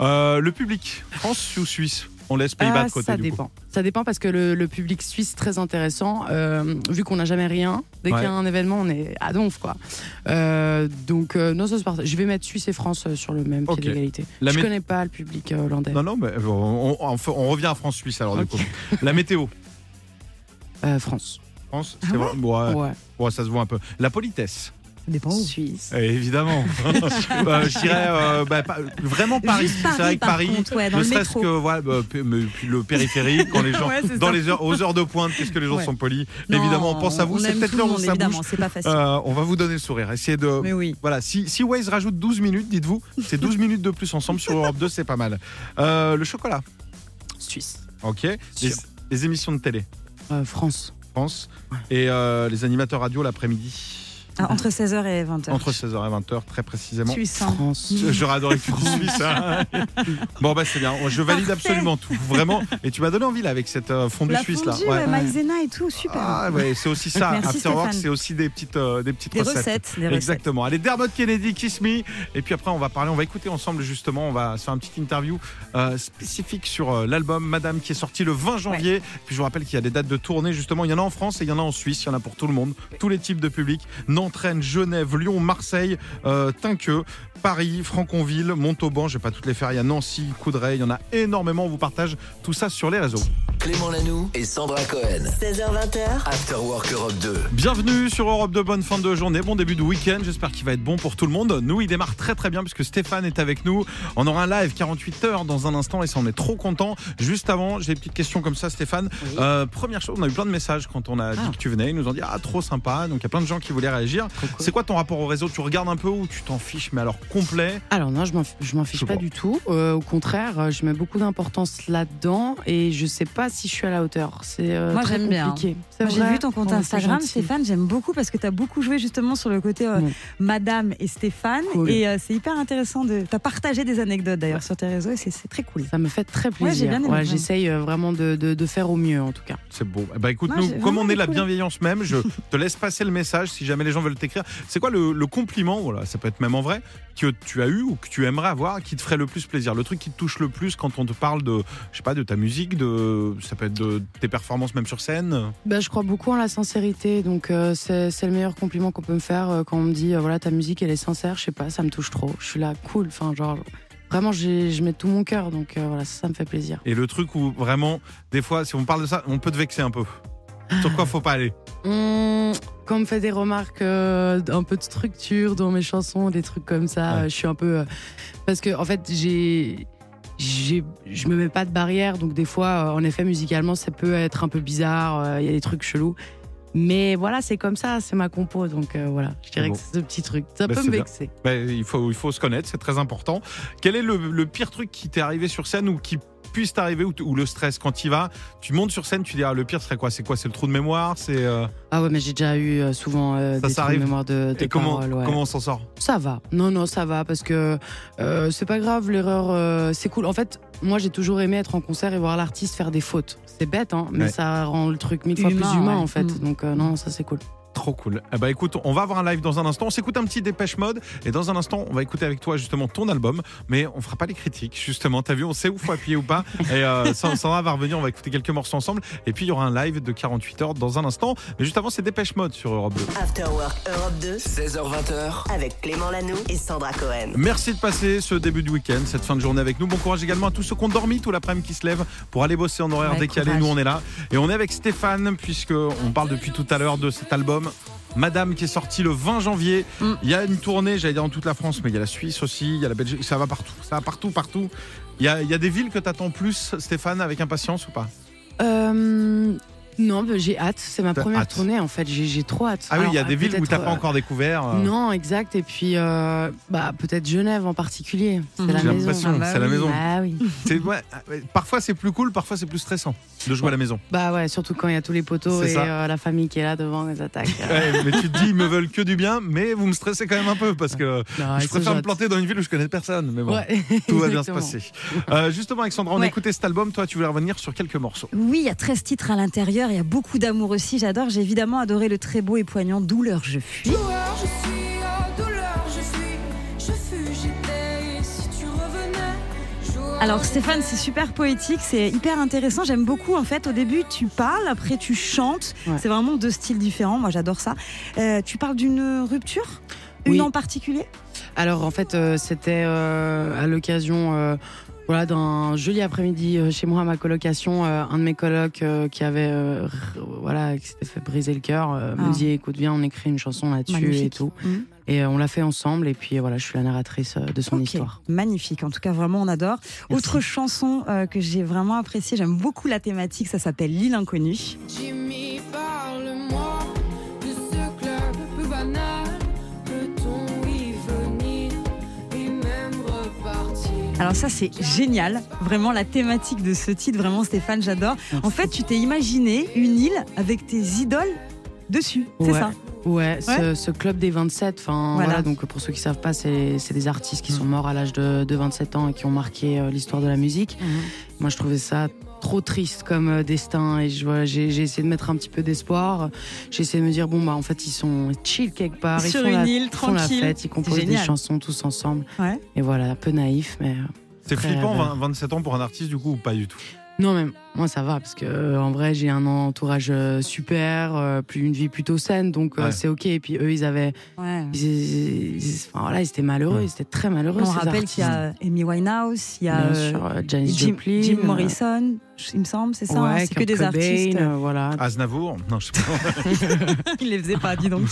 Euh, le public, France ou Suisse On laisse Pays-Bas
Ah,
de côté
ça
du coup.
dépend. Ça dépend parce que le, le public suisse, très intéressant, euh, vu qu'on n'a jamais rien, dès
Ouais.
qu'il y a un événement, on est à donf, quoi. Euh, donc, euh, non, ça se partage. Je vais mettre Suisse et France euh, sur le même
Ok.
pied d'égalité.
La
je
mé-
connais pas le public euh, hollandais.
Non, non, mais on, on- on- on revient à France-Suisse alors
Ok.
du coup. La météo,
Euh, France.
France, c'est vrai. Ouais,
Ouais.
ouais, ça se voit un peu. La politesse,
Ça dépend où.
Suisse.
euh, évidemment. Euh, je dirais euh, bah, pas- vraiment Paris.
Juste
C'est vrai que
par
Paris,
contre, ouais, dans
ne
le
serait-ce
métro.
que voilà, bah, p- mais puis le périphérique, quand les gens,
Ouais, c'est
dans
ça.
les heures, aux heures de pointe, qu'est-ce que les gens
Ouais.
sont polis.
Non,
évidemment, on pense à vous. C'est
aime
peut-être
tout
l'heure
le
où
monde,
ça bouge.
Évidemment, c'est pas facile.
Euh, on va vous donner le sourire. Essayez de.
Mais oui.
Voilà, si, si Waze rajoute 12 minutes, dites-vous, c'est 12 minutes de plus ensemble sur Europe 2, c'est pas mal. Euh, le chocolat,
Suisse.
ok. Les, les émissions de télé,
Euh, France.
France. Et euh, les animateurs radio l'après-midi,
Ah, entre 16h et 20h.
entre 16h et 20h, très précisément.
Suisse. hein.
France.
J'aurais adoré que tu dises Suisse. hein. Bon, bah c'est bien, je valide
Parfait.
absolument tout, vraiment. Et tu m'as donné envie là avec cette euh, fondue
La
suisse
fondue,
là.
euh, maïzena et tout, super.
Ah ouais, c'est aussi ça.
Merci,
After Work,
Stéphane.
c'est aussi des petites, euh, des petites
des recettes, des recettes.
Exactement. Allez, Dermot Kennedy, Kiss Me. Et puis après, on va parler, on va écouter ensemble justement, on va se faire une petite interview euh, spécifique sur euh, l'album Madame qui est sorti le 20 janvier. Puis je vous rappelle qu'il y a des dates de tournée justement. Il y en a en France et il y en a en Suisse. Il y en a pour tout le monde, tous les types de public. Nantes, Rennes, Genève, Lyon, Marseille, euh, Tinqueux. Paris, Franconville, Montauban, je vais pas toutes les faire, il y a Nancy, Coudray, il y en a énormément, on vous partage tout ça sur les réseaux.
Clément Lanoux et Sandra Cohen.
16h20h,
After Work Europe 2.
Bienvenue sur Europe de bonne fin de journée, bon début de week-end, j'espère qu'il va être bon pour tout le monde. Nous, il démarre très très bien puisque Stéphane est avec nous. On aura un live 48 heures dans un instant et ça on est trop content. Juste avant, j'ai des petites questions comme ça Stéphane. Euh, première chose, on a eu plein de messages quand on a dit que tu venais, ils nous ont dit ah trop sympa, donc il y a plein de gens qui voulaient réagir. C'est quoi ton rapport au réseau Tu regardes un peu ou tu t'en fiches mais alors complet
Alors non, je m'en f- je m'en fiche
Je
pas
vois.
du tout. Euh, au contraire, euh, je mets beaucoup d'importance là-dedans et je sais pas si je suis à la hauteur. C'est euh,
Moi,
très
j'aime bien.
compliqué. C'est
Moi, J'ai
vrai
vu ton compte
Oh, c'est
Instagram,
gentil.
Stéphane, j'aime beaucoup parce que tu as beaucoup joué justement sur le côté euh,
Bon.
Madame et Stéphane.
Cool.
Et euh, c'est hyper intéressant. De... Tu as partagé des anecdotes d'ailleurs sur tes réseaux et c'est- c'est très cool.
Ça me fait très
Ouais, j'ai
plaisir.
bien aimé,
Voilà,
vraiment.
J'essaye euh, vraiment de, de- de faire au mieux en tout cas.
C'est beau. Eh ben, écoute,
Non,
nous,
j'ai
comme
vraiment
on est la
cool.
bienveillance même, je te laisse passer le message si jamais les gens veulent t'écrire. C'est quoi le, le compliment, voilà, ça peut être même en vrai, que tu as eu ou que tu aimerais avoir, qui te ferait le plus plaisir Le truc qui te touche le plus quand on te parle de, je sais pas, de ta musique, de, ça peut être de tes performances même sur scène.
Bah, je crois beaucoup en la sincérité, donc euh, c'est c'est le meilleur compliment qu'on peut me faire euh, quand on me dit euh, voilà ta musique elle est sincère. Je sais pas, ça me touche trop. Je suis là cool. Enfin genre vraiment j'ai- je mets tout mon cœur, donc euh, voilà ça, ça me fait plaisir.
Et le truc où vraiment, des fois, si on parle de ça, on peut te vexer un peu. Sur quoi faut pas aller
Hum, quand on me fait des remarques euh, un peu de structure dans mes chansons, des trucs comme ça,
Ouais.
euh, je suis un peu. euh, parce que, en fait, j'ai. j'ai- Je me mets pas de barrière, donc des fois, euh, en effet, musicalement, ça peut être un peu bizarre, euh, il y a des trucs chelous. Mais voilà, c'est comme ça, c'est ma compo, donc euh, voilà, je dirais
Bon.
que c'est ce petit truc. Ça
Bah,
peut
c'est
me
bien.
vexer.
Ben, il, faut, il faut se connaître, c'est très important. Quel est le, le pire truc qui t'est arrivé sur scène ou qui puisse t'arriver ou, t- ou le stress quand il va Tu montes sur scène, tu dis ah, le pire serait quoi C'est quoi C'est le trou de mémoire C'est euh,
Ah ouais, mais j'ai déjà eu euh, souvent euh,
Ça, ça
des trous de
arrive.
mémoire de, de
et comment
paroles, ouais.
comment on s'en sort
Ça va. Non, non, ça va parce que euh, c'est pas grave, l'erreur, euh, c'est cool. En fait, moi, j'ai toujours aimé être en concert et voir l'artiste faire des fautes. C'est bête, hein, mais
Ouais.
ça rend le truc mille fois
Humain,
plus humain,
ouais.
en fait.
Mm.
Donc, euh, non, ça, c'est cool.
Trop cool. Eh ben écoute, on va avoir un live dans un instant. On s'écoute un petit dépêche mode et dans un instant, on va écouter avec toi justement ton album, mais on fera pas les critiques justement. T'as vu, on sait où faut appuyer ou pas. Et euh, ça, Sandra va revenir. On va écouter quelques morceaux ensemble. Et puis il y aura un live de 48 heures dans un instant. Mais juste avant, c'est dépêche mode sur Europe 2.
After Work Europe 2,
16h20h.
avec Clément Lanoux et Sandra Cohen.
Merci de passer ce début de week-end, cette fin de journée avec nous. Bon courage également à tous ceux qui ont dormi tout l'après-midi qui se lèvent pour aller bosser en horaire
Ouais,
décalé.
courage.
Nous, on est là. Et on est avec Stéphane, puisque on parle depuis tout à l'heure de cet album. Madame qui est sorti le 20 janvier.
Mm.
Il y a une tournée, j'allais dire en toute la France, mais il y a la Suisse aussi, il y a la Belgique, ça va partout, ça va partout, partout. Il y a, il y a des villes que t'attends plus, Stéphane, avec impatience ou pas
Euh, non, mais j'ai hâte. C'est ma
T'as
première
hâte.
tournée, en fait. J'ai j'ai trop hâte.
Ah oui, il y a
Alors,
des villes où
peut-être,
t'as pas
euh,
encore découvert. euh,
Non, exact. Et puis, euh, bah, peut-être Genève en particulier. C'est
Mhm.
la
J'ai
maison.
l'impression,
Ah bah
c'est la
oui.
maison.
Ah oui.
C'est- ouais, euh, parfois c'est plus cool, parfois c'est plus stressant de jouer à la maison.
Bah ouais, surtout quand il y a tous les poteaux
C'est
et
ça.
euh, la famille qui est là devant les attaques.
Ouais, mais tu te dis, ils me veulent que du bien, mais vous me stressez quand même un peu parce que
Non,
je
ils sont
préfère me
gentils.
planter dans une ville où je connais personne. Mais bon,
Ouais,
tout va bien se
exactement.
passer. Euh, justement, Alexandra, on
Ouais.
écoutait cet album. Toi, tu voulais revenir sur quelques morceaux.
Oui, il y a 13 titres à l'intérieur, il y a beaucoup d'amour aussi, j'adore. J'ai évidemment adoré le très beau et poignant Douleur, je fuis.
Douleur, je suis, oh douleur, je fuis, je fuis, j'étais, et si tu revenais, jour
Alors Stéphane, c'est super poétique, c'est hyper intéressant. J'aime beaucoup en fait. Au début, tu parles, après tu chantes.
Ouais.
C'est vraiment deux styles différents. Moi, j'adore ça. Euh, tu parles d'une rupture, une
Oui.
en particulier
Alors en fait, euh, c'était euh, à l'occasion euh, voilà, d'un joli après-midi euh, chez moi à ma colocation, euh, un de mes colocs euh, qui avait, euh, r- voilà, qui s'était fait briser le cœur, euh,
Ah.
me dit écoute, viens, on écrit une chanson là-dessus et
Magnifique.
tout.
Mhm.
Et euh, on l'a fait ensemble, et puis euh, voilà, je suis la narratrice euh, de son
Ok,
histoire.
Magnifique, en tout cas vraiment on adore.
Merci.
Autre chanson euh, que j'ai vraiment appréciée, j'aime beaucoup la thématique, ça s'appelle L'île inconnue.
Jimmy, parle-moi de ce club peu banal. Peut-on y venir et même repartir
Alors ça c'est génial, vraiment la thématique de ce titre, vraiment Stéphane, j'adore. En fait tu t'es imaginé une île avec tes idoles dessus, c'est
Ouais.
ça
Ouais, Ce, ce club des 27, enfin
Voilà.
voilà. donc pour ceux qui savent pas, c'est c'est des artistes qui sont morts à l'âge de, de 27 ans et qui ont marqué euh, l'histoire de la musique. Moi, je trouvais ça trop triste comme euh, destin et je voilà, j'ai j'ai essayé de mettre un petit peu d'espoir. J'ai essayé de me dire bon bah en fait ils sont chill quelque part, ils
Sur
font
une
la,
île
ils font la
tranquille.
fête, ils composent des
génial.
chansons tous ensemble.
Ouais.
Et voilà, un peu naïf mais euh,
C'est
Très
flippant,
rêveur.
20 27 ans pour un artiste, du coup, ou pas du tout
non mais moi ça va parce que euh, en vrai j'ai un entourage euh, super, euh, plus une vie plutôt saine donc euh,
Ouais.
c'est ok. Et puis eux ils avaient,
Ouais.
ils, ils- ils- enfin, voilà ils étaient malheureux,
Ouais.
ils étaient très malheureux.
On
ces
rappelle
artistes.
qu'il y a Amy Winehouse, il y a
Bien
euh,
sûr, euh, Janis
Jim,
Joplin,
Jim
euh,
Morrison, il me semble, c'est ça hein,
ouais,
C'est que
Kurt
des
Cobain,
artistes.
euh, voilà.
Aznavour Non, je sais pas.
Il les faisait pas, dis donc.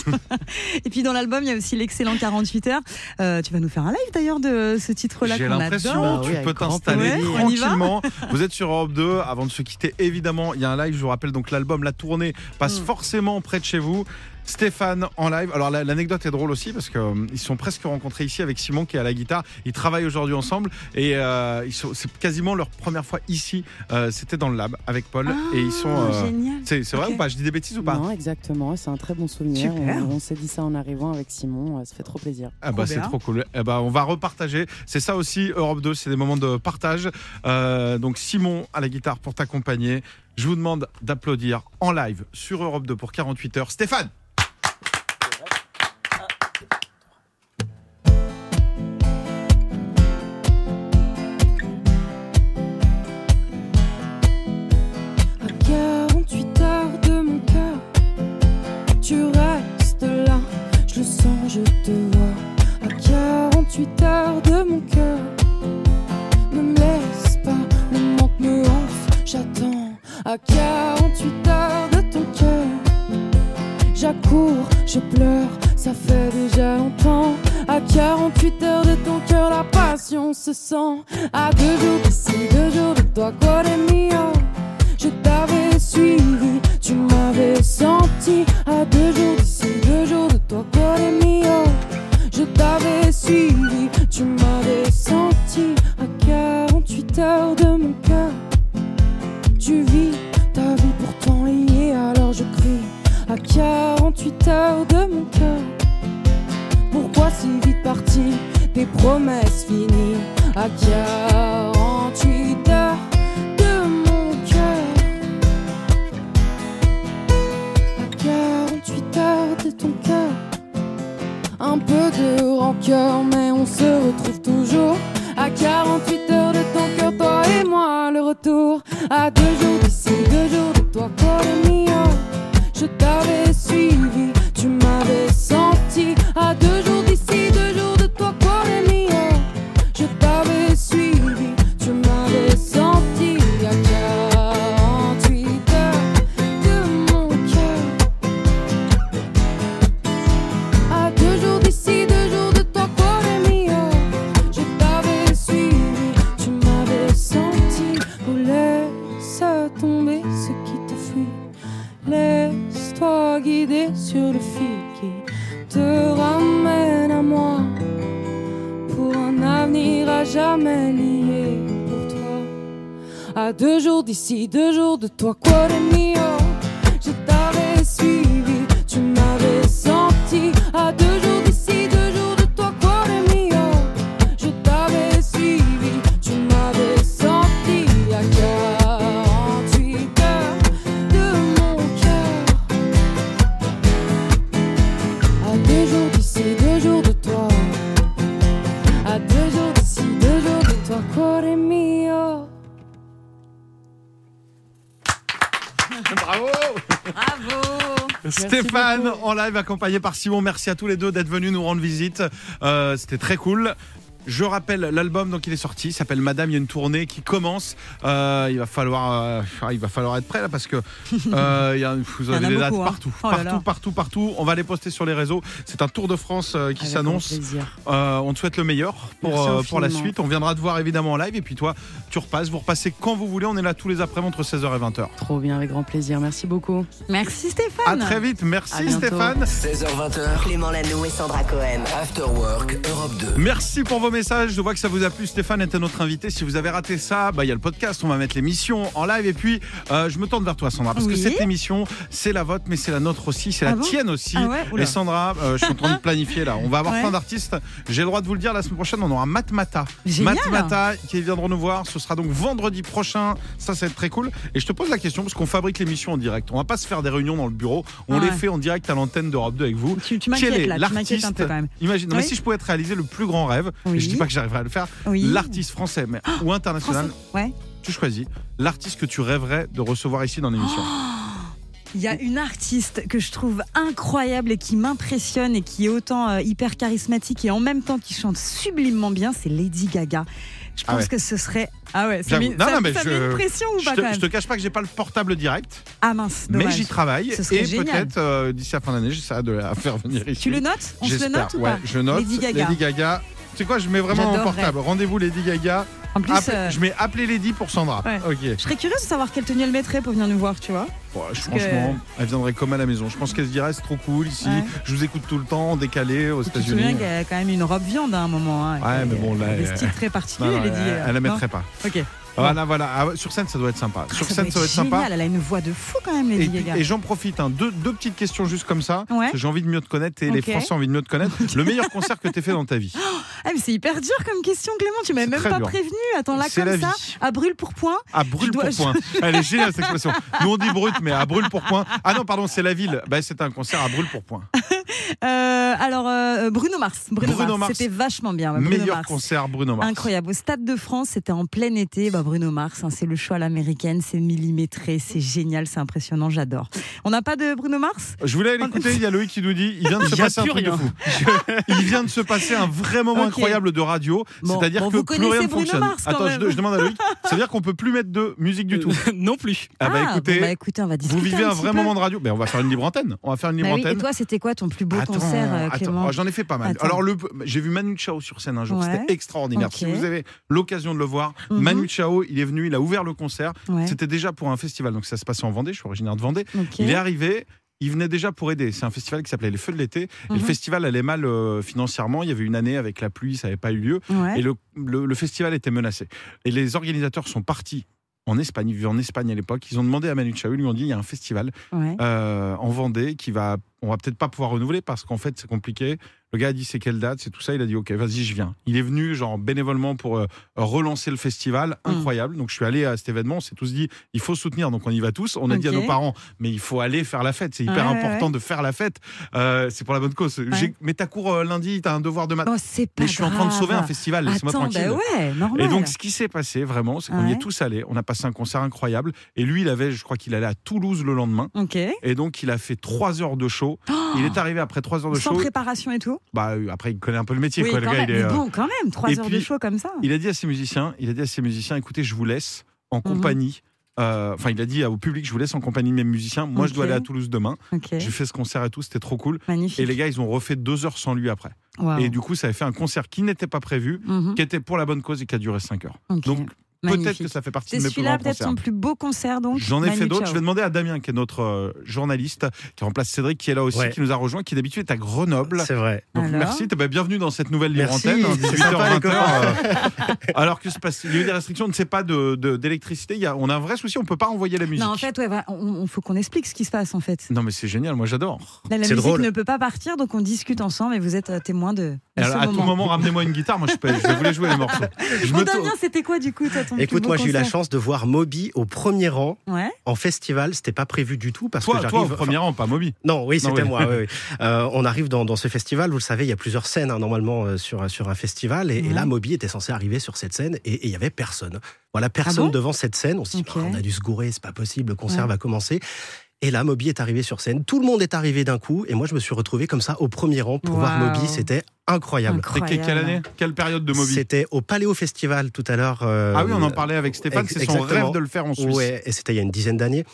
Et puis dans l'album, il y a aussi l'excellent 48 heures. Euh, tu vas nous faire un live d'ailleurs de ce titre-là
J'ai
qu'on adore.
l'impression,
Bah
tu
oui, avec
peux
grand
t'installer
plaisir. Ouais, on y va
tranquillement. Vous êtes sur Europe 2. Avant de se quitter, évidemment, il y a un live. Je vous rappelle donc l'album, la tournée passe
Mm.
forcément près de chez vous. Stéphane en live. Alors la- l'anecdote est drôle aussi parce que euh, ils se sont presque rencontrés ici avec Simon qui est à la guitare. Ils travaillent aujourd'hui ensemble et euh, ils sont- c'est quasiment leur première fois ici. Euh, C'était dans le lab avec Paul et ils sont. euh,
Ah, génial.
c'est c'est vrai
Ok.
ou pas Je dis des bêtises ou pas
Non, exactement. C'est un très bon souvenir.
Super.
On, on s'est dit ça en arrivant avec Simon. euh, Ça fait trop plaisir.
Ah bah
Trop
c'est
bien.
trop cool. Eh bah on va repartager. C'est ça aussi Europe 2, c'est des moments de partage. Euh, donc Simon à la guitare pour t'accompagner. Je vous demande d'applaudir en live sur Europe 2 pour 48 heures. Stéphane.
À 48 heures de mon cœur, tu restes là, je le sens, je te vois. À 48 heures de mon cœur, ne me laisse pas, le manque me hanfle, j'attends. À 48 heures de ton cœur, j'accours, je pleure, ça fait déjà longtemps. À 48 heures de ton cœur, la passion se sent. À deux jours d'ici, deux jours de toi, quoi mio. Je t'avais suivi, tu m'avais senti à deux jours d'ici, deux jours de toi, cuore mio. Je t'avais suivi, tu m'avais senti à 48 heures de mon cœur. Tu vis ta vie pourtant liée, alors je crie à 48 heures de mon cœur. Pourquoi si vite parti, tes promesses finies à 48 heures de mon cœur. À 48 heures de ton cœur. Un peu de rancœur, mais on se retrouve toujours. À 48 heures de ton cœur, toi et moi, le retour. À deux jours d'ici, deux jours de toi, corps mio. Je t'avais suivi, tu m'avais senti. À deux jours d'ici, deux jours de toi, cuore mio. Je t'avais suivi, tu m'avais senti. À 48 heures de mon cœur. À deux jours d'ici, deux jours de toi, cuore mio. Je t'avais suivi, tu m'avais senti. Oh, laisse tomber ce qui te fuit. Laisse-toi guider sur le fil qui te ramène à moi pour un avenir à jamais lié pour toi. À deux jours d'ici, deux jours de toi, quoi de mio. Je t'avais suivi, tu m'avais senti. À deux jours d'ici, deux jours de toi, quoi de mio. Je t'avais suivi, tu m'avais senti. À 48 heures de mon cœur. À deux jours d'ici, deux jours de toi. À deux jours d'ici, deux jours de toi, cuore mio.
Bravo
Stéphane en live accompagné par Simon. Merci à tous les deux d'être venus nous rendre visite. Euh, C'était très cool. Je rappelle l'album donc il est sorti, il s'appelle Madame. Il y a une tournée qui commence. Euh, il va falloir, euh, ah, il va falloir être prêt là parce que euh, il y a, vous
y en
avez
a
des dates
beaucoup, hein.
partout,
Oh là
partout,
là.
partout, partout. On va les poster sur les réseaux. C'est un Tour de France euh, qui s'annonce. Euh, on te souhaite le meilleur pour,
Merci
euh, pour la
infiniment.
suite. On viendra te voir évidemment en live. Et puis toi, tu repasses. Vous repassez quand vous voulez. On est là tous les après-midi entre 16h et 20h.
Trop bien, avec grand plaisir. Merci beaucoup.
Merci
À
Stéphane.
très vite.
À
Merci
bientôt.
Stéphane.
16h20h,
Clément Lano et Sandra Cohen.
After Work Europe 2.
Merci pour vos messages. Je vois que ça vous a plu. Stéphane était notre invité. Si vous avez raté ça, bah, il y a le podcast. On va mettre l'émission en live. Et puis, euh, je me tourne vers toi, Sandra, parce que
Oui.
cette émission, c'est la vôtre, mais c'est la nôtre aussi. C'est
Ah
la
bon
tienne aussi.
Ah ouais Oula.
et Sandra, euh, je suis en train de planifier là. On va avoir
Ouais.
plein d'artistes. J'ai le droit de vous le dire. La semaine prochaine, on aura Matmata.
Génial.
Matmata qui viendront nous voir. Ce sera donc vendredi prochain. Ça, ça va être très cool. Et je te pose la question, parce qu'on fabrique l'émission en direct. On va pas se faire des réunions dans le bureau. On
Ah
les
ouais.
fait en direct à l'antenne d'Europe 2 avec vous.
Tu, tu
Quel est
m'inquiètes là, tu m'inquiètes
l'artiste
un peu quand même.
Imagine, non, mais
Oui.
si je pouvais te réaliser le plus grand rêve,
Oui.
et je dis pas que j'arriverai à le faire,
Oui. Oh
l'artiste français mais, ou international,
Français. Ouais.
tu choisis l'artiste que tu rêverais de recevoir ici dans l'émission.
Oh, Il y a une artiste que je trouve incroyable et qui m'impressionne et qui est autant euh, hyper charismatique et en même temps qui chante sublimement bien, c'est Lady Gaga. Je
Ah
pense
ouais.
que ce serait. Ah ouais, ça
J'avoue.
met,
Non,
ça-
non, mais
ça
je-
met une pression ou
je,
pas
te,
quand même
je te cache pas que j'ai pas le portable direct,
Ah mince,
mais j'y
dommage.
travaille
Ce serait
et
génial.
peut-être euh, d'ici la fin d'année, j'essaie de la faire venir ici.
Tu le notes On se le
J'espère.
note ou
ouais,
pas
Je note.
Lady Gaga.
Tu sais quoi, je mets vraiment mon
J'adorerais.
portable. Rendez-vous Lady Gaga.
En plus,
Appel-
euh,
Ah, Je
je...
mets appeler Lady pour Sandra.
Ouais.
Ok.
serais curieuse de savoir quelle tenue elle mettrait pour venir nous voir, tu vois.
Ouais, je- franchement, elle viendrait comme à la maison. Je pense qu'elle se dirait c'est trop cool ici.
Ouais.
Je vous écoute tout le temps, décalé aux
Tu te souviens
États-Unis.
qu'elle a quand même une robe viande à un moment. Hein,
Ouais, mais bon, là,
Des
elle-
styles très
Non,
particuliers,
non,
Lady
elle,
Gaga.
elle la
euh, Non
mettrait pas.
Ok.
Voilà, voilà. Ah ouais, sur scène, ça doit être sympa.
Ah,
sur scène, ça doit être
génial,
sympa.
Elle a une voix de fou quand même,
Et,
Lady Gaga.
et j'en profite, hein, deux, deux petites questions juste comme ça.
Ouais.
parce que J'ai envie de mieux te connaître et les
Ok.
Français ont envie de mieux te connaître. Le meilleur concert que t'aies fait dans ta vie.
Ah, mais c'est hyper dur comme question, Clément. Tu m'avais
C'est
même
très
pas
dur.
prévenu. Attends, là,
C'est
comme
la
ça,
vie.
à brûle pour point.
À brûle
Je dois-
pour point. Elle est géniale cette expression. Nous on dit brut, mais à brûle pour point. Ah non, pardon, c'est la ville. Bah, c'était un concert à brûle pour point.
Euh, alors, euh, Bruno Mars. Bruno,
Bruno
Mars.
Mars.
C'était vachement bien. ouais, Bruno
meilleur
Mars.
concert Bruno Mars.
Incroyable. Au Stade de France, c'était en plein été. Bah, Bruno Mars, hein, c'est le choix à l'américaine, c'est millimétré, c'est génial, c'est impressionnant, j'adore. On n'a pas de Bruno Mars
Je voulais aller écouter, il y a Loïc qui nous dit il vient de se
Y a
passer un
plus
truc de
rien.
fou. Il vient de se passer un vrai moment
Ok.
incroyable de radio,
Bon,
c'est-à-dire
bon,
que
vous
plus
connaissez
rien ne
Bruno
fonctionne.
Mars, quand
Attends, je,
même.
je demande à Loïc, c'est-à-dire qu'on peut plus mettre de musique du tout.
non plus.
Ah bah
bon,
écoutez,
bah, écoutez, on va discuter
vous vivez un
petit
vrai
peu.
moment de radio. Ben on va faire une libre antenne. On va faire une
Bah
libre
oui, Et
antenne.
toi, c'était quoi ton plus beau
Attends,
concert, euh,
attends.
Clément
Oh, j'en ai fait pas mal.
Attends.
Alors le, j'ai vu Manu Chao sur scène un jour,
Ouais.
c'était extraordinaire.
Ok.
Si vous avez l'occasion de le voir,
Mhm.
Manu Chao, il est venu, il a ouvert le concert.
Ouais,
C'était déjà pour un festival, donc ça se passait en Vendée. Je suis originaire de Vendée.
ok.
Il est arrivé. Il venait déjà pour aider. C'est un festival qui s'appelait Les Feux de l'été. Et
Mhm.
le festival allait mal euh, financièrement. Il y avait une année avec la pluie, ça n'avait pas eu lieu.
Ouais.
Et le, le- le festival était menacé. Et les organisateurs sont partis en Espagne. Ils vivaient en Espagne à l'époque. Ils ont demandé à Manu Chao, ils lui ont dit il y a un festival
ouais.
euh, en Vendée qui va. On va peut-être pas pouvoir renouveler parce qu'en fait, c'est compliqué. Le gars a dit c'est quelle date, c'est tout ça. Il a dit ok, vas-y, je viens. Il est venu, genre, bénévolement pour euh, relancer le festival.
Mm.
Incroyable. Donc, je suis allé à cet événement. On s'est tous dit il faut soutenir. Donc, on y va tous. On a dit à
Ok.
nos parents mais il faut aller faire la fête. C'est hyper
Ouais, ouais,
important de faire la fête. Euh, c'est pour la bonne cause. J'ai- Mais t'as cours euh, lundi, t'as un devoir de matin.
Oh, c'est pas
Mais je suis en train de sauver un
grave.
festival. Laisse-moi
Attends,
tranquille.
bah ouais, normal.
Et donc, ce qui s'est passé vraiment, c'est qu'on y
Ouais.
est tous allés. On a passé un concert incroyable. Et lui, il avait, je crois qu'il allait à Toulouse le lendemain.
ok.
Et donc, il a fait trois heures de show. il est arrivé après trois heures de
Sans
show.
préparation et tout.
Bah, euh, après, il connaît un peu le métier.
Oui,
quoi,
quand
le gars,
même.
il, est,
Mais
euh,
bon, quand même, trois
Et
heures de
puis,
show comme ça.
il a dit à ses musiciens, il a dit à ses musiciens, écoutez, je vous laisse en
Mhm.
compagnie. euh, Enfin, il a dit au public, je vous laisse en compagnie de mes musiciens. Moi, je dois
Ok.
aller à Toulouse demain.
Ok,
J'ai fait ce concert et tout, c'était trop cool. Et
magnifique.
les gars, ils ont refait deux heures sans lui après.
Waouh.
Et du coup, ça avait fait un concert qui n'était pas prévu,
Mhm.
qui était pour la bonne cause et qui a duré cinq heures.
Ok,
donc, Peut-être
magnifique.
que ça fait partie
C'est
de mes plus grands
celui-là, peut-être
concerts.
son plus beau concert, donc.
J'en ai
Manu
fait d'autres.
Chao.
Je vais demander à Damien, qui est notre euh, journaliste, qui remplace Cédric, qui est là aussi,
Ouais.
qui nous a rejoint, qui d'habitude est à Grenoble.
C'est vrai.
Donc,
Alors
merci, t'es- bah, bienvenue dans cette nouvelle libre
Merci,
antenne. hein,
c'est
18h,
sympa, les
20h,
copains.
euh, alors que se passe, il y a eu des restrictions, on ne sait pas de- de- d'électricité. Il y a- on a un vrai souci, on peut pas envoyer la musique.
Non, en fait, ouais, voilà, on, on- faut qu'on explique ce qui se passe, en fait.
Non, mais c'est génial, moi j'adore.
Là, la
C'est
musique
drôle.
ne peut pas partir, donc on discute ensemble et vous êtes euh, témoin de, de
Et
ce
alors, À tout
moment.
moment, ramenez-moi une guitare, moi je, peux, je vais vous les jouer les morceaux. Je
Bon,
me tourne-
Damien, c'était quoi, Hum, du coup, toi, ton plus
Écoute,
beau
moi j'ai eu la
concert
chance de voir Moby au premier rang
Ouais.
en festival. C'était pas prévu du tout parce que
Toi,
j'arrive.
toi au premier rang, pas Moby.
Non, oui,
Non,
c'était
oui.
moi. oui, oui. Euh, on arrive dans, dans ce festival, vous le savez, il y a plusieurs scènes hein, normalement euh, sur, sur un festival. Et, et
Ouais.
là, Moby était censé arriver sur cette scène et et il y avait
Ah
personne. Voilà, personne
bon
devant cette scène. On s'est dit,
Ok.
Ah, on a dû se gourer, c'est pas possible, le concert
Ouais.
va commencer. Et là, Moby est arrivé sur scène. Tout le monde est arrivé d'un coup. Et moi, je me suis retrouvé comme ça au premier rang pour voir
Waouh.
Moby. C'était incroyable.
C'était que- quelle année Quelle période de Moby
C'était au Paléo Festival tout à l'heure. euh,
Ah oui, on en parlait avec Stéphane,
ex-
c'est son
exactement.
rêve de le faire en Suisse.
Ouais, et c'était il y a une dizaine d'années.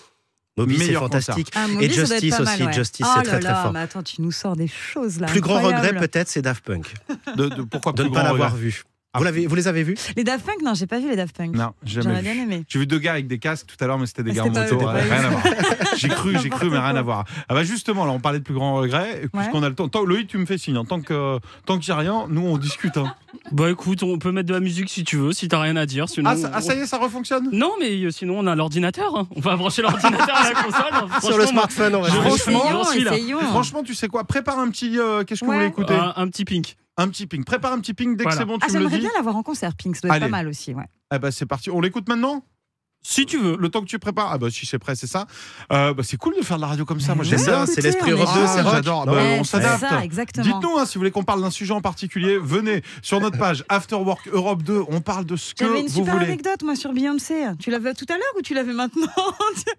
Moby, c'est
Meilleur
fantastique.
Ah,
Et
Moby, ça doit être
Justice
pas mal,
aussi,
ouais.
Justice,
oh
c'est très,
là
très
là,
fort.
Mais attends, tu nous sors des choses là.
Plus grand regret
incroyables.
peut-être, c'est Daft Punk
De, de- pourquoi
de
plus
ne pas
grand
l'avoir
regret Ah.
vu. Vous, l'avez- vous les avez vus
Les Daft Punk, non, j'ai pas vu les Daft Punk.
Non, jamais
J'aurais
vu.
bien aimé.
J'ai vu deux gars avec des casques tout à l'heure, mais c'était des
Ah,
gars en
c'était pas
moto.
eux,
ouais,
c'était pas
rien à voir. J'ai cru, j'ai cru, mais rien à voir. Ah bah justement, là, on parlait de plus grands regrets. et Puisqu'on a le temps. Tant- Loïc, tu me fais signe. hein. Tant que tant qu'il n'y a rien, nous, on discute. hein.
Bah écoute, on peut mettre de la musique si tu veux, si t'as rien à dire. Sinon,
Ah, ça, ah, ça y est, ça refonctionne
Non, mais euh, sinon on a l'ordinateur. hein. On va brancher l'ordinateur à la console. hein. Franchement,
Sur le
moi,
smartphone, on va
je-
dire.
Franchement,
essayons,
j'en suis là.
essayons.
Franchement, tu sais quoi Prépare un petit. euh, Qu'est-ce qu'on
Ah. Ouais.
veut écouter
un, un petit pink.
Un petit ping. Prépare un petit ping dès
Ah.
que
Voilà.
c'est bon,
Ah,
tu me le
j'aimerais
dis.
bien l'avoir en concert, Pink. Ça doit être
Allez.
pas mal aussi, ouais.
Ah bah c'est parti. On l'écoute maintenant
Si tu veux.
Le temps que tu prépares. Ah bah si c'est prêt, c'est ça. Euh, bah, c'est cool de faire de la radio comme ça. Moi
C'est
j'aime
ça,
bien.
c'est
écoutez,
l'esprit
on est
Europe 2,
chaud.
c'est rock.
J'adore.
Non,
Bah,
Ouais,
on
c'est
s'adapte.
ça, exactement.
Dites-nous hein, si vous voulez qu'on parle d'un sujet en particulier. Venez sur notre page Afterwork Europe 2. On parle de ce que
J'avais une
vous
super
voulez.
anecdote, moi, sur Beyoncé. Tu l'avais tout à l'heure ou tu l'avais maintenant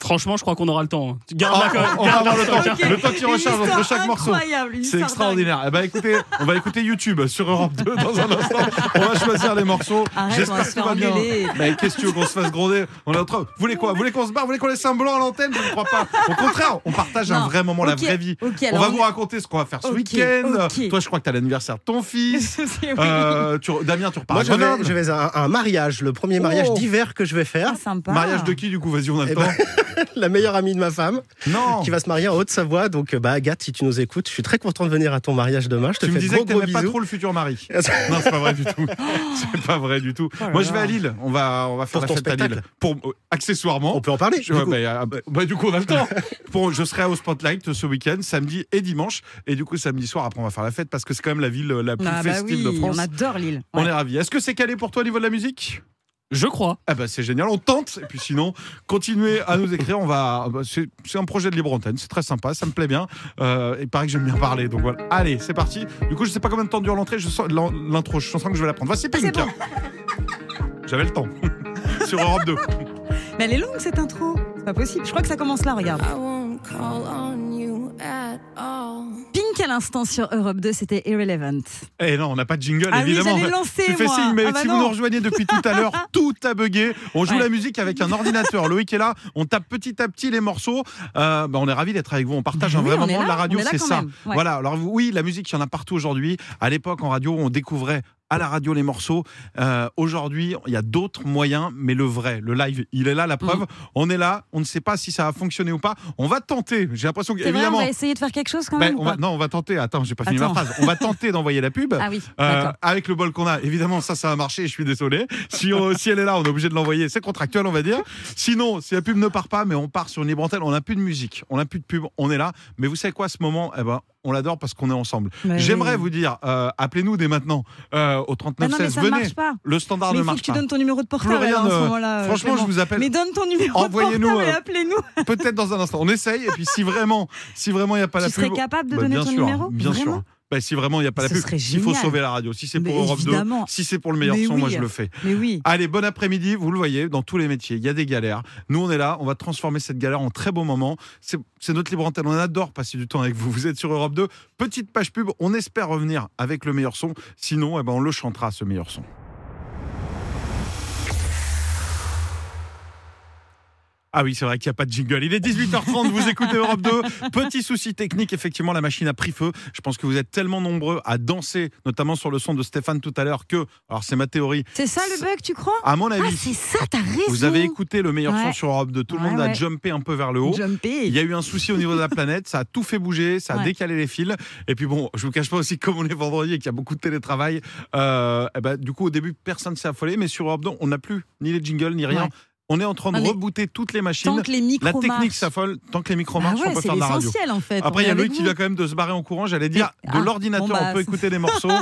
Franchement, je crois qu'on aura le temps. hein. Garde-la
Ah,
quand même.
on va avoir
Garde-la
le
quand même.
temps. Le temps qui recharge entre chaque morceau.
Incroyable, une
C'est
histoire
extraordinaire. Eh ben, écoutez, on va écouter YouTube sur Europe 2 dans un instant. On va choisir les morceaux.
Arrête, on va se
tout va
faire
bien.
engueuler.
Mais qu'est-ce que tu veux qu'on se fasse gronder On est en train- Vous voulez quoi Vous voulez qu'on se barre Vous voulez qu'on laisse un blanc à l'antenne Je ne crois pas. Au contraire, on partage un
Non.
vrai moment, la
Ok,
vraie vie.
ok,
on
alors
va
on-
vous raconter ce qu'on va faire ce
Ok,
week-end.
ok.
Toi, je crois que t'as l'anniversaire de ton
dingue.
fils.
Oui.
Euh, tu- Damien, tu repars
Moi,
à
je vais,
Grenoble.
je vais à un, à un mariage, le premier mariage
Oh.
d'hiver que je vais faire.
Ah, sympa.
Mariage de qui, du coup Vas-y, on a le
Eh
temps.
ben, la meilleure amie de ma femme,
Non
qui va se marier en Haute-Savoie. Donc, euh, bah, Agathe, si tu nous écoutes, je suis très content de venir à ton mariage demain. Je te
Tu me
fais de
disais
gros,
que
gros
t'aimais pas
bisous.
trop le futur mari. Non, c'est pas vrai du tout. C'est pas vrai du tout. Moi, je vais à Lille. On va, on va faire
Oh Pour
la
ton
fête à Lille.
spectacle
Pour, euh, accessoirement.
On peut en parler.
Je-
du
ouais,
coup.
bah, euh, bah, bah, du coup, on a le temps. Bon, je serai au Spotlight ce week-end, samedi et dimanche. Et du coup, samedi soir, après, on va faire la fête parce que c'est quand même la ville euh, la plus
Ah, bah
festive
oui,
de France.
on adore Lille.
On est ravis. Est-ce que c'est calé pour toi au niveau de la musique
Je crois.
Ah bah c'est génial, on tente. Et puis sinon, continuez à nous écrire. On va. ah bah, C'est c'est un projet de libre antenne, c'est très sympa, ça me plaît bien. Euh, il paraît que j'aime bien parler, donc voilà. Allez, c'est parti. Du coup, je sais pas combien de temps dure l'entrée. Je sens l'en- l'intro. Je sens que je vais la prendre. Voici
Ah,
Pink. J'avais le temps. Sur Europe 2.
Mais elle est longue cette intro. C'est pas possible. Je crois que ça commence là, regarde.
I won't call on you at all.
Pink à l'instant sur Europe 2, c'était Irrelevant.
Eh non, on n'a pas de jingle,
Ah oui,
évidemment.
j'allais le lancer,
tu fais
moi.
signe, mais
Ah bah
si
non.
vous nous rejoignez depuis tout à l'heure, tout a bugué. On joue
Ouais.
la musique avec un ordinateur. Loïc est là, on tape petit à petit les morceaux. Euh, bah, on est ravis d'être avec vous. On partage
Bah
un
oui,
vrai
on est
moment.
là,
la radio,
on est là
c'est
quand
ça.
même. Ouais.
Voilà. Alors oui, la musique, il y en a partout aujourd'hui. À l'époque, en radio, on découvrait à la radio les morceaux. Euh, aujourd'hui, il y a d'autres moyens, mais le vrai, le live, il est là, la
Mm.
preuve. On est là. On ne sait pas si ça a fonctionné ou pas. On va tenter. J'ai l'impression
C'est vrai, on
qu'évidemment.
va essayer de faire quelque chose quand
Ben,
même. ou
on va-
pas
non, on va tenter. Attends, j'ai pas fini ma
Attends.
phrase. On va tenter d'envoyer la pub.
Ah oui,
Euh,
d'accord.
avec le bol qu'on a, évidemment, ça, ça a marché. Je suis désolé. Si, on- si elle est là, on est obligé de l'envoyer. C'est contractuel, on va dire. Sinon, si la pub ne part pas, mais on part sur une libre antenne, on n'a plus de musique, on n'a plus de pub, on est là. Mais vous savez quoi, à ce moment, eh ben, on l'adore parce qu'on est ensemble.
Mais
J'aimerais
oui.
vous dire, euh, appelez-nous dès maintenant euh, au
Mais
39
non, mais
16.
ça
Venez.
marche pas.
Le standard
Mais
ne
il faut que
marche
tu
pas.
donnes ton numéro de
Plus
portable
rien.
alors, à ce
ne-
moment-là. euh,
Franchement, je
Clément.
vous appelle.
Mais donne ton numéro
Envoyez-nous,
de portable
euh,
et appelez-nous.
Peut-être dans un instant. On essaye. Et puis, si vraiment, si vraiment il n'y a pas la
Tu serais
pub,
capable de
Bah,
donner
bien
ton
sûr,
numéro
Bien
Vraiment
sûr. Bah, si vraiment il n'y a pas la
Ce
pub,
serait
il faut
génial.
sauver la radio. Si c'est pour
Mais
Europe 2,
évidemment.
si c'est pour le meilleur
Mais
son, moi
oui.
je le fais.
Mais oui.
Allez, bon après-midi. Vous le voyez, dans tous les métiers, il y a des galères. Nous, on est là. On va transformer cette galère en très beau moment. C'est c'est notre libre antenne. On adore passer du temps avec vous. Vous êtes sur Europe 2. Petite page pub. On espère revenir avec le meilleur son. Sinon, eh ben, on le chantera, ce meilleur son. Ah oui, c'est vrai qu'il n'y a pas de jingle. Il est 18h30, vous écoutez Europe 2. Petit souci technique, effectivement, la machine a pris feu. Je pense que vous êtes tellement nombreux à danser, notamment sur le son de Stéphane tout à l'heure, que, alors c'est ma théorie,
C'est ça le bug, tu crois
à mon
Ah,
avis,
c'est ça, t'as raison.
vous avez écouté le meilleur son
Ouais.
sur Europe 2. Tout le
Ouais,
monde a
ouais.
jumpé un peu vers le haut. Il
Jumpy.
y a eu un souci au niveau de la planète, ça a tout fait bouger, ça a
Ouais.
décalé les fils. Et puis bon, je vous cache pas aussi, comme on est vendredi et qu'il y a beaucoup de télétravail, euh, eh ben, du coup, au début, personne s'est affolé, mais sur Europe 2, on n'a plus ni les jingles, ni rien.
Ouais.
On est en train de
Ah, mais
rebooter toutes les machines.
Tant que les micros
La technique
marchent.
s'affole, tant que les micros
Ah
marchent,
ouais,
on peut
c'est
faire de la radio.
l'essentiel en fait.
Après,
On
il y a
est
Loïc
avec
qui
vous.
vient quand même de se barrer en courant. J'allais dire,
Mais-
de
ah,
l'ordinateur,
bon, bah,
on peut
c'est-
écouter les morceaux.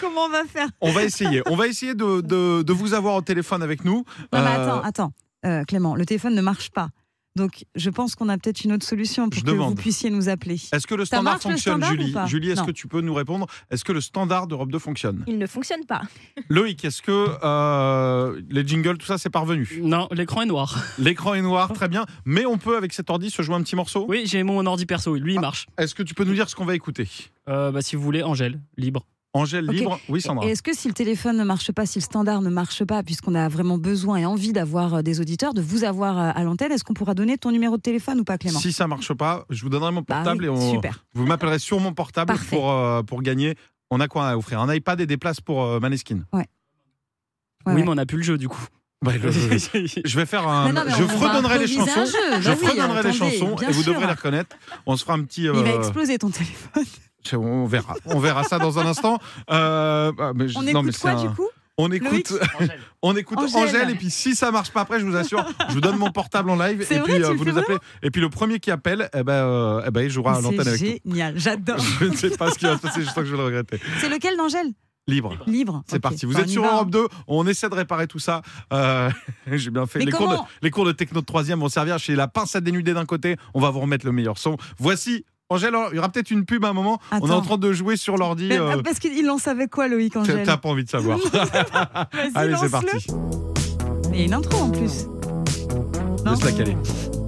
Comment on va faire
On va essayer. On va essayer de, de- de vous avoir au téléphone avec nous.
Non, mais
Euh,
attends, attends. Euh, Clément, le téléphone ne marche pas. Donc, je pense qu'on a peut-être une autre solution pour
Je
que
demande.
vous puissiez nous appeler.
Est-ce que le
Ça
standard
marche, le
fonctionne,
standard,
Julie
ou pas
Julie, est-ce
Non.
que tu peux nous répondre Est-ce que le standard d'Europe 2 fonctionne
Il ne fonctionne pas.
Loïc, est-ce que euh, les jingles, tout ça, c'est parvenu
Non, l'écran est noir.
L'écran est noir, très bien. Mais on peut, avec cet ordi, se jouer un petit morceau
Oui, j'ai mon ordi perso,
Ah.
lui, il marche.
Est-ce que tu peux nous dire ce qu'on va écouter
Euh, bah, si vous voulez, Angèle, libre.
Angèle
Ok.
Libre Oui, Sandra.
Et est-ce que si le téléphone ne marche pas, si le standard ne marche pas, puisqu'on a vraiment besoin et envie d'avoir euh, des auditeurs, de vous avoir euh, à l'antenne, est-ce qu'on pourra donner ton numéro de téléphone ou pas, Clément
Si ça marche pas, je vous donnerai mon
Bah oui,
portable et on-
Super.
vous m'appellerez sur mon portable
Parfait.
pour, euh, pour gagner. On a quoi à offrir Un iPad et des places pour euh, Maneskin.
oui,
Ouais, ouais.
mais on a plus le jeu, du coup.
Bah, le- je vais faire un.
Mais non, mais
je
on va
fredonnerai les
improviser un
chansons.
jeu.
Je
Bah oui,
fredonnerai les
attendez,
chansons
bien
et vous
sûr.
devrez les reconnaître. On se fera un petit.
Il va
euh,
exploser ton téléphone.
on verra. On verra ça dans un instant. Euh, ah, mais je-
On
non, mais
écoute
c'est
quoi,
un-
du coup
On écoute, on écoute Angèle.
Angèle.
et puis si ça marche pas après, je vous assure, je vous donne mon portable en live
C'est
et
vrai,
puis euh,
tu le
vous
fais
nous appelez. Et puis le premier qui appelle, eh ben, euh, eh ben il jouera à l'antenne
C'est
avec nous.
génial, j'adore.
Je ne sais pas ce qui va se passer, je sens que je vais le regretter.
C'est lequel d'Angèle
Libre.
Libre.
C'est
Ok.
parti. Vous
Bah, on
êtes
y
sur
va, hein.
Europe 2. On essaie de réparer tout ça. Euh, J'ai bien fait.
Mais
Les cours, de,
comment
les cours de techno de troisième vont servir chez la pince à dénuder d'un côté. On va vous remettre le meilleur son. Voici. Angèle, il y aura peut-être une pub à un moment. On est
Attends.
en train de jouer sur l'ordi.
Mais,
euh,
ah, Parce qu'il en savait quoi, Loïc
T'as
Angèle
t'as pas envie de savoir.
Vas-y,
Allez, c'est
lance-le.
parti.
Il y a une intro en plus. Non
Laisse la caler.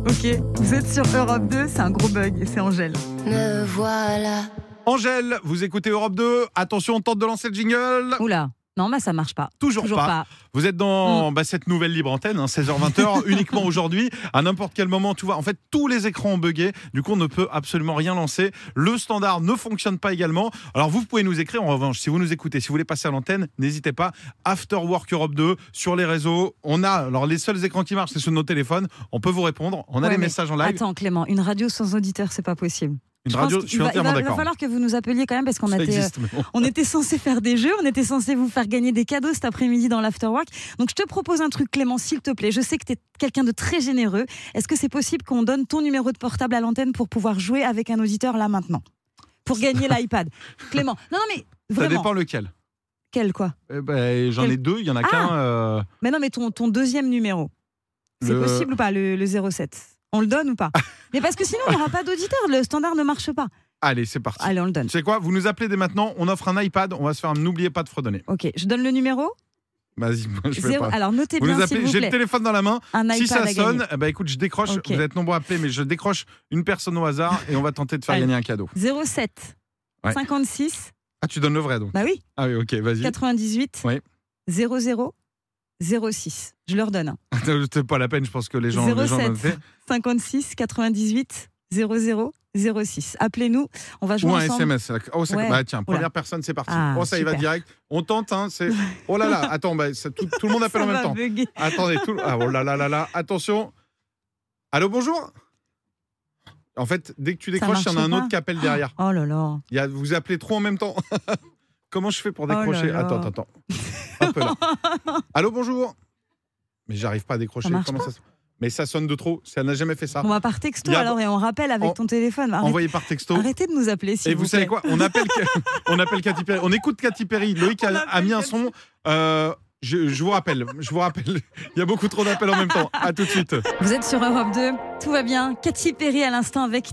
Ok, vous êtes sur Europe 2, c'est un gros bug et c'est Angèle.
Me voilà.
Angèle, vous écoutez Europe 2. Attention, on tente de lancer le jingle.
Oula, non, bah ça marche pas.
Toujours
Toujours
pas.
pas. Mm.
Vous êtes dans bah, cette nouvelle libre antenne, 16h-20h, uniquement aujourd'hui. À n'importe quel moment, tu vois, en fait, tous les écrans ont bugué. Du coup, on ne peut absolument rien lancer. Le standard ne fonctionne pas également. Alors, vous pouvez nous écrire, en revanche, si vous nous écoutez, si vous voulez passer à l'antenne, n'hésitez pas. After Work Europe 2, sur les réseaux. On a, alors, les seuls écrans qui marchent, c'est sur nos téléphones. On peut vous répondre. On a
Ouais,
les
mais
messages en live.
Attends, Clément, une radio sans auditeur, c'est pas possible.
Une
Je
radio,
pense
je
qu'il
suis
va- il
entièrement
va- Il va
d'accord.
falloir que vous nous appeliez quand même parce qu'on euh,
Ça
était,
existe, mais bon.
on était censé faire des jeux, on était censé vous faire gagner des cadeaux cet après-midi dans l'afterwork. Donc je te propose un truc, Clément, s'il te plaît. Je sais que tu es quelqu'un de très généreux. Est-ce que c'est possible qu'on donne ton numéro de portable à l'antenne pour pouvoir jouer avec un auditeur là maintenant Pour gagner l'iPad Clément, non, non, mais
Ça
vraiment.
dépend lequel.
Quel quoi
Eh ben, J'en
Quel- Ah
ai deux, il y en a qu'un. euh,
Mais non, mais ton, ton deuxième numéro, c'est
Le-
possible ou pas, le, le 07 On le donne ou pas Mais parce que sinon, on n'aura pas d'auditeur, le standard ne marche pas.
Allez, c'est parti.
Allez, on le donne.
Tu sais quoi Vous nous appelez dès maintenant, on offre un iPad, on va se faire un n'oubliez pas de fredonner.
Ok, je donne le numéro
Vas-y, moi, je peux
Zéro-
pas.
Alors notez
Vous nous
bien, s'il
appelez,
vous
j'ai le
plaît.
téléphone dans la main.
Un iPad
si ça
à gagner.
sonne, eh ben, écoute, je décroche.
Ok.
Vous êtes nombreux à appeler, mais je décroche une personne au hasard et on va tenter de faire
Allez.
gagner un cadeau.
07
Ouais.
56,
Ah, tu donnes le vrai donc
bah oui,
Ah oui, ok, vas-y.
98
Ouais.
00 06. Je leur donne. hein. un.
C'est pas la peine, je pense que les gens, les gens l'ont
07
fait.
56 98 00 06. Appelez-nous, on va jouer
Ou un
Bah, ensemble.
SMS. Oh, ça-
Ouais.
bah, tiens, première
Oula.
personne, c'est parti.
Ah,
oh, ça y va
super.
direct. On tente, hein, c'est. Oh là là, attends, bah, ça- tout, tout le monde appelle
Ça
en même
va
temps.
bugger.
Attendez, tout le- ah, oh là là là là, attention. Allô, bonjour En fait, dès que tu
Ça
décroches, il y en a
marche
un autre
pas
qui appelle derrière.
Oh là là.
Il y a- vous appelez trop en même temps. Comment je fais pour
Oh là
décrocher
là.
Attends, attends, attends. Un peu là. Allô, bonjour Mais j'arrive pas à décrocher.
Ça marche
Comment ça sonne Mais ça sonne de trop. Ça n'a jamais fait ça.
On va par texto
Il y a-
alors et on rappelle avec
En-
ton téléphone. Arrête-
Envoyez par texto.
Arrêtez de nous appeler si
Et vous, savez quoi On appelle, on appelle Katy Perry. On écoute Katy Perry. Loïc a, a mis un son. Euh, je, je vous rappelle. Je vous rappelle. Il y a beaucoup trop d'appels en même temps. À tout de suite.
Vous êtes sur Europe 2, tout va bien. Cathy Perry à l'instant avec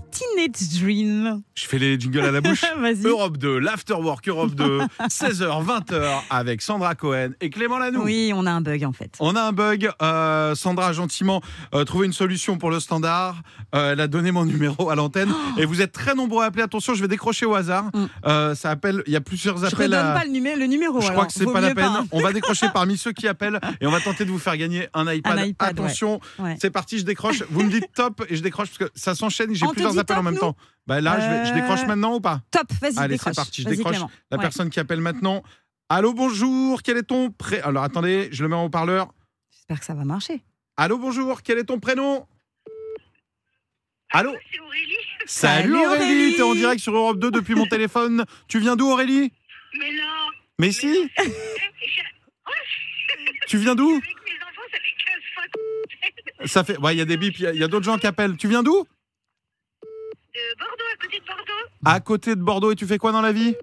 Teenage Dream. Ah,
Je fais les jingles à la bouche.
Vas-y.
Europe 2, l'Afterwork Europe 2, 16h, 20h avec Sandra Cohen et Clément Lanoux.
Oui, on a un bug en fait.
On a un bug. Euh, Sandra a gentiment euh, trouvé une solution pour le standard. Euh, elle a donné mon numéro à l'antenne. et vous êtes très nombreux à appeler. Attention, je vais décrocher au hasard.
Mm.
Euh, ça appelle. Il y a plusieurs
Je redonne
appels. à-
pas le, numé- le numéro.
Je
alors.
crois que c'est
Vaut
pas la
mieux
peine.
hein.
On va décrocher parmi ceux qui appellent et on va tenter de vous faire gagner un iPad.
Un iPad,
Attention,
Ouais.
c'est parti. Je décroche. Vous me dites top et je décroche parce que ça s'enchaîne. J'ai
On te
plusieurs
dit
appels en
top,
même
nous
temps. Bah là, je, vais- je
Euh,
décroche maintenant ou pas
Top, vas-y,
Allez,
décroche.
c'est parti, je
Vas-y,
décroche.
Clément.
La
Ouais.
personne qui appelle maintenant. Allô, bonjour, quel est ton pré... Alors attendez, je le mets en haut-parleur.
J'espère que ça va marcher.
Allô, bonjour, quel est ton prénom Allô
C'est Aurélie
Salut
Salut,
Aurélie,
Aurélie.
t'es en direct sur Europe 2 depuis mon téléphone. Tu viens d'où Aurélie
Mais non Eh,
Mais si Tu viens d'où
Avec mes enfants, ça fait 15 fois qu'on
Ça fait... Ouais, il y a des bips, il y a- il y a, d'autres gens qui appellent. Tu viens d'où
de Bordeaux, à côté de Bordeaux.
À côté de Bordeaux et tu fais quoi dans la vie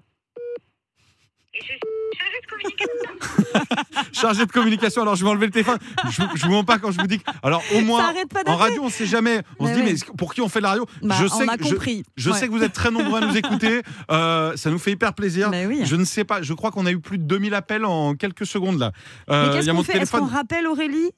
Et je suis chargée de communication.
chargé de communication. Alors, je vais enlever le téléphone. Je, je vous mens pas quand je vous dis. que- Alors, au
Ça
moins,
arrête pas
en
d'appeler.
radio, on sait jamais. On
Mais
se dit,
oui.
mais est-ce que- pour qui on fait de la radio
Bah,
Je
on
sais,
a
que- je-
compris.
Je,
Ouais.
sais que vous êtes très nombreux à nous écouter. Euh, ça nous fait hyper plaisir.
Mais Bah oui.
Je ne sais pas. Je crois qu'on a eu plus de 2000 appels en quelques secondes là. Euh,
Mais
il y
qu'est-ce
a mon
qu'on fait Est-ce qu'on
téléphone.
rappelle Aurélie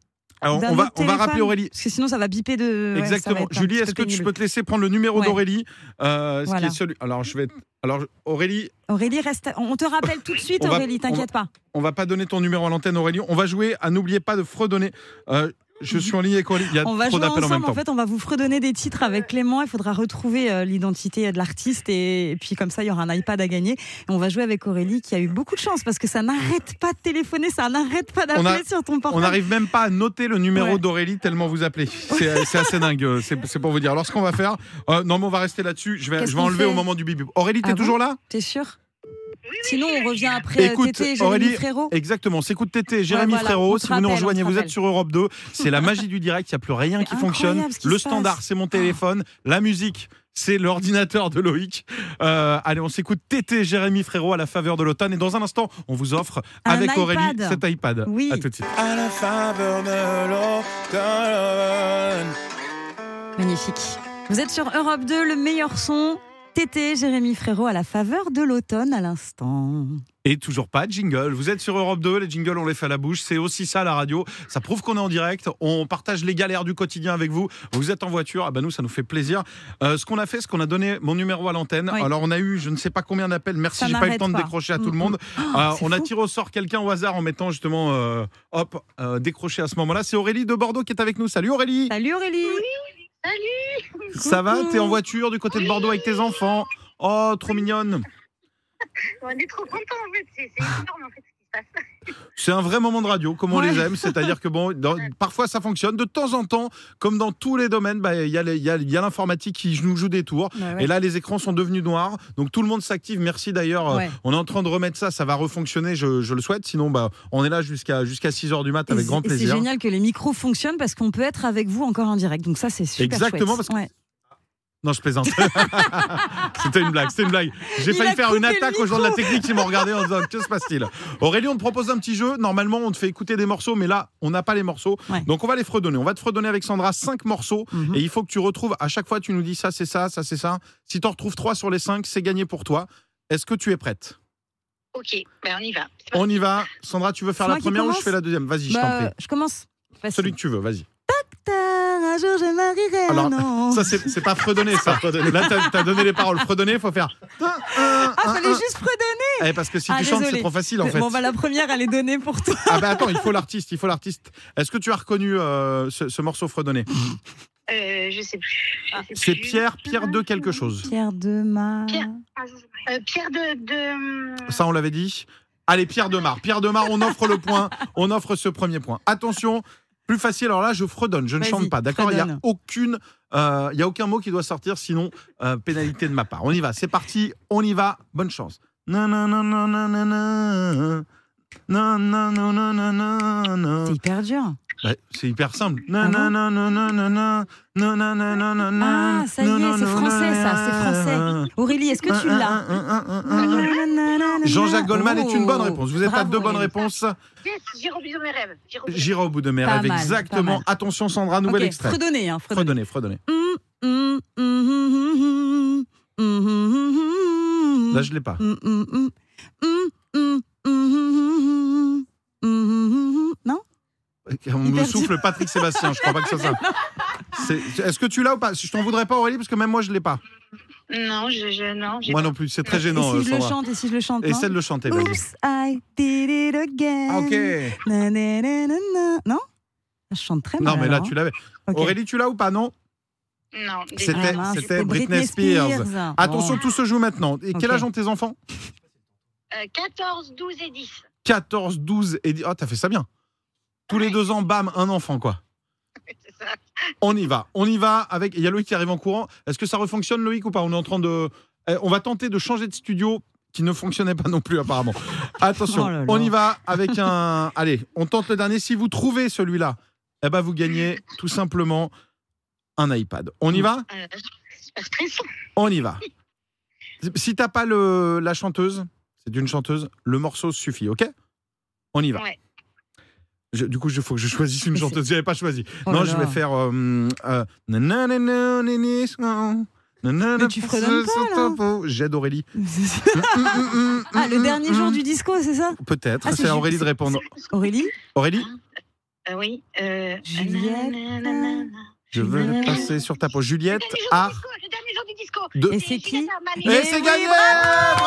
Alors,
d'un
on va,
autre
on va
téléphone
rappeler Aurélie.
Parce que sinon, ça va biper de. ouais, ça va
Exactement.
être un
Julie,
petit
est-ce que
peu
tu
pénible.
peux te laisser prendre le numéro
Ouais.
d'Aurélie euh, ce qui
Voilà.
est celui- Alors, je vais. être- Alors, Aurélie,
Aurélie, reste. On te rappelle tout de suite,
On va-
Aurélie,
on va-
t'inquiète pas.
on va pas donner ton numéro à l'antenne, Aurélie. On va jouer à N'oubliez pas de fredonner. Euh, je suis en ligne avec Aurélie. Il y a
On va
trop
jouer
d'appels en même
ensemble.
temps.
En fait, on va vous fredonner des titres avec Clément. Il faudra retrouver euh, l'identité de l'artiste et, et puis comme ça, il y aura un iPad à gagner. Et on va jouer avec Aurélie qui a eu beaucoup de chance parce que ça n'arrête pas de téléphoner, ça n'arrête pas
On a-
d'appeler sur ton
On
portable.
n'arrive même pas à noter le numéro
Ouais.
d'Aurélie tellement vous appelez. C'est euh, c'est assez dingue, euh, c'est c'est pour vous dire. Alors, ce qu'on va faire, euh, non, mais on va rester là-dessus. Je vais,
Qu'est-ce
je vais
qu'on
enlever au
fait
moment du bip bip. Aurélie, t'es
Ah bon
toujours là
T'es sûr Sinon, on revient après. euh, Tété et Jérémy Frérot.
exactement. C'est coup de Tété, Jérémy
voilà, on
Frérot.
te
Si vous nous
rappelle,
rejoignez,
on te
vous êtes
rappelle.
sur Europe 2. C'est la magie du direct. Il n'y a plus rien qui fonctionne.
incroyable ce qui
Le
se passe. Ah.
standard, c'est mon téléphone. La musique. C'est l'ordinateur de Loïc. Euh, allez, on s'écoute Tété Jérémy Frérot à la faveur de l'automne. Et dans un instant, on vous offre
Un
avec Aurélie
iPad.
cet iPad.
Oui.
À tout de suite.
À la faveur de l'automne.
Magnifique. Vous êtes sur Europe 2, le meilleur son. Tété, Jérémy Frérot à la faveur de l'automne à l'instant.
Et toujours pas de jingle. Vous êtes sur Europe 2, les jingles, on les fait à la bouche. C'est aussi ça la radio. Ça prouve qu'on est en direct. On partage les galères du quotidien avec vous. Vous êtes en voiture. Ah ben nous, ça nous fait plaisir. Euh, ce qu'on a fait, c'est qu'on a donné mon numéro à l'antenne.
Oui.
Alors on a eu, je ne sais pas combien d'appels. Merci,
Ça
j'ai pas eu le
n'arrête
temps de
pas.
décrocher à tout le
Mm,
monde.
mm.
Euh,
Oh,
c'est
on a
fou.
tiré au sort quelqu'un au hasard en mettant justement, euh, hop, euh, décroché à ce moment-là. C'est Aurélie de Bordeaux qui est avec nous. Salut Aurélie.
Salut Aurélie.
Salut
Ça va
Coucou.
T'es en voiture du côté de Bordeaux avec tes enfants. Oh, trop mignonne.
On est trop contents en fait, c'est c'est énorme en fait ce qui se passe.
C'est un vrai moment de radio, comme on
Ouais.
les aime. C'est-à-dire que bon, dans- parfois ça fonctionne. De temps en temps, comme dans tous les domaines, bah, il y a les- il y a il y a l'informatique qui nous joue des tours.
Bah
Ouais, ouais.
Et là, les écrans sont devenus noirs. Donc tout le monde s'active. Merci d'ailleurs. Euh,
Ouais.
On est en train de remettre ça. Ça va refonctionner, je, je le souhaite. Sinon, bah, on est là jusqu'à jusqu'à 6 h du mat avec
Et
grand
c'est- et
plaisir.
C'est génial que les micros fonctionnent parce qu'on peut être avec vous encore en direct. Donc ça, c'est super
Exactement,
chouette.
parce que-
Ouais.
Non, je plaisante. c'était une blague, c'était une blague. J'ai
Il
failli
a
faire une
coupé le
attaque aux gens de la technique qui m'ont regardé en disant que se passe-t-il Aurélie, on te propose un petit jeu. Normalement, on te fait écouter des morceaux, mais là, on n'a pas les morceaux. Donc, on va les fredonner. On va te fredonner avec Sandra cinq morceaux
Mhm.
et il faut que tu retrouves à chaque fois, tu nous dis ça, c'est ça, ça, c'est ça. Si tu en retrouves trois sur les cinq, c'est gagné pour toi. Est-ce que tu es prête
Ok, ben on y va.
On y va. Sandra, tu veux faire
C'est
la
moi qui
première ou je
commence
fais la deuxième Vas-y, je
Bah,
t'en prie.
je commence.
Celui que tu veux, vas-y.
Tard, un jour, je marierai
Alors,
un ange.
ça, c'est c'est pas fredonner, ça. Là, t'as- t'as donné les paroles. Fredonner, faut faire.
Ah, fallait juste fredonner.
Eh, parce que si tu chantes, c'est trop facile, en fait.
Bon, bah, la première, elle est donnée pour toi.
Ah bah attends, il faut l'artiste, il faut l'artiste. Est-ce que tu as reconnu euh, ce, ce morceau fredonné
Euh, je sais plus. je sais
C'est
plus.
Pierre, Pierre de quelque chose.
Pierre de Mar.
Pierre, euh, Pierre de, de. hum,
Ça, on l'avait dit. Allez, Pierre de Mar. Pierre de Mar, on offre le point, on offre ce premier point. Attention, plus facile. Alors là, je fredonne, je ne
Vas-y,
chante pas, d'accord Il y a
fredonne.
aucune, euh, il y a aucun mot qui doit sortir, sinon euh, pénalité de ma part. On y va, c'est parti, on y va. Bonne chance. Nananananana. Nananananana.
C'est hyper dur.
Ouais, c'est hyper simple.
Ah bon
Ah,
Ah, ça y est, c'est français, ça, c'est français. Aurélie, est-ce que tu l'as
Jean-Jacques Goldman est une bonne
Oh.
réponse. Vous êtes à
Bravo,
deux bonnes
Aurélie.
réponses.
Yes, j'ai revu dans mes rêves. j'ai revu dans mes
J'irai au bout de mes
Pas
rêves.
mal, pas
Exactement.
mal.
Attention, Sandra, nouvel
Ok,
extrait.
fredonnez, hein,
fredonnez. Fredonnez,
Mm, mm, mm, mm, mm, mm, mm, mm.
Là, je l'ai pas.
Mm, mm, mm. Mm, mm, mm, mm, mm, mm, mm. Non
On me
Hyper
souffle Patrick Sébastien, je crois pas que ça ça. C'est- Est-ce que tu l'as ou pas Je t'en voudrais pas, Aurélie, parce que même moi, je l'ai pas.
rêves. Non, je, je, non. j'ai
Moi
pas.
non plus, c'est très
Et
gênant,
si
euh,
je le
Sandra.
chante, Oh, et si je le chante.
Essaie de le chanter, vas-y.
Oops, I did it again.
Ah, ok.
Na, na, na, na, na. Non Je chante très mal.
Non, mais là,
alors,
tu
hein.
l'avais.
Ok.
Aurélie, tu l'as ou pas Non
Non,
C'était
Ah, mince,
c'était
c'est
Britney Spears. Attention,
Oh.
tout se joue maintenant. Et quel
Ok.
âge ont tes enfants
Euh, 14, 12 et 10.
14, 12 et 10. Ah, t'as fait ça bien. Tous les deux ans, bam, un enfant, quoi. On y va, on y va avec. Il y a Loïc qui arrive en courant. Est-ce que ça refonctionne, Loïc, ou pas On est en train de. Eh, On va tenter de changer de studio qui ne fonctionnait pas non plus, apparemment. Attention,
Oh là là.
on y va avec un. Allez, on tente le dernier. Si vous trouvez celui-là, eh ben, vous gagnez tout simplement un iPad. On y va
Euh, c'est pas stressant.
On y va. Si t'as pas le, la chanteuse, c'est une chanteuse, le morceau suffit, ok On y va.
Ouais.
je- du coup, il faut que je choisisse une chanteuse. J'avais pas choisi.
Oh
non,
là
je
là.
vais faire. euh, euh, nananananisou, nanana-
Mais tu fredonnes pas, là.
J'aide Aurélie. Mm,
Ah, le dernier jour du disco, c'est ça
Peut-être.
Ah,
c'est à Aurélie de répondre.
Aurélie
Aurélie,
Euh, oui. Euh,
Juliette.
je veux passer sur ta peau. Juliette, ah. De-
Et c'est qui
Et c'est gagné Bravo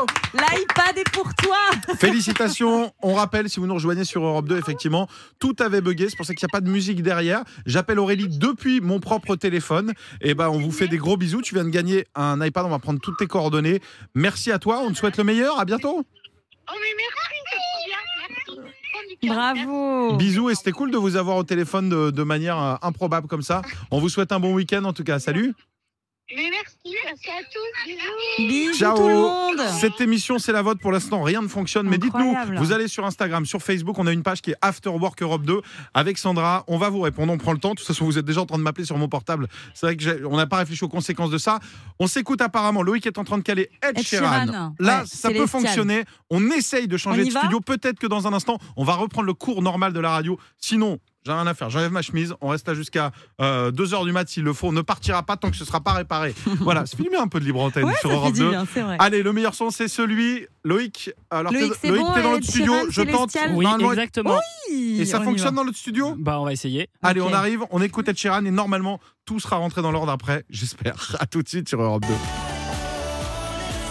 Oh, L'iPad est pour toi
Félicitations. On rappelle, si vous nous rejoignez sur Europe 2, effectivement, tout avait bugué. C'est pour ça qu'il n'y a pas de musique derrière. J'appelle Aurélie depuis mon propre téléphone. Et ben, on vous fait des gros bisous. Tu viens de gagner un iPad. On va prendre toutes tes coordonnées. Merci à toi. On te souhaite le meilleur. À bientôt.
Bravo
Bisous. Et c'était cool de vous avoir au téléphone de, de manière euh, improbable comme ça. On vous souhaite un bon week-end en tout cas. Salut.
Mais merci, merci à tous. Bisous.
Ciao. Cette émission, c'est la vôtre pour l'instant. Rien ne fonctionne. Mais dites-nous,
Hein. Incroyable.
vous allez sur Instagram, sur Facebook, on a une page qui est After Work Europe 2 avec Sandra. On va vous répondre. On prend le temps. De toute façon, vous êtes déjà en train de m'appeler sur mon portable. C'est vrai que j'ai- on n'a pas réfléchi aux conséquences de ça. On s'écoute apparemment. Loïc est en train de caler Ed,
Ed
Sheeran.
Sheeran.
Là,
Ouais,
ça peut
Célestial.
fonctionner. On essaye de changer
On y
de
va
studio. Peut-être que dans un instant, on va reprendre le cours normal de la radio. Sinon, j'ai rien à faire. J'enlève ma chemise. On reste là jusqu'à 2h du mat s'il le faut. On ne partira pas tant que ce sera pas réparé. voilà, c'est filmé un peu de libre antenne
Ouais,
sur
ça fait
Europe Ah.
du
2.
bien, c'est vrai.
Allez, le meilleur son, c'est celui. Loïc, alors
Loïc,
t'es-
c'est
Loïc,
bon, euh,
t'es dans
Ed
l'autre studio.
Sheeran,
je tente.
Célestial
Oui,
Normalement, Ed-
exactement.
Et ça
on y
fonctionne
va.
dans l'autre studio
Bah, on va essayer.
Allez,
Ok.
on arrive, on écoute Ed Sheeran et normalement, tout sera rentré dans l'ordre après, j'espère. À tout de suite sur Europe 2.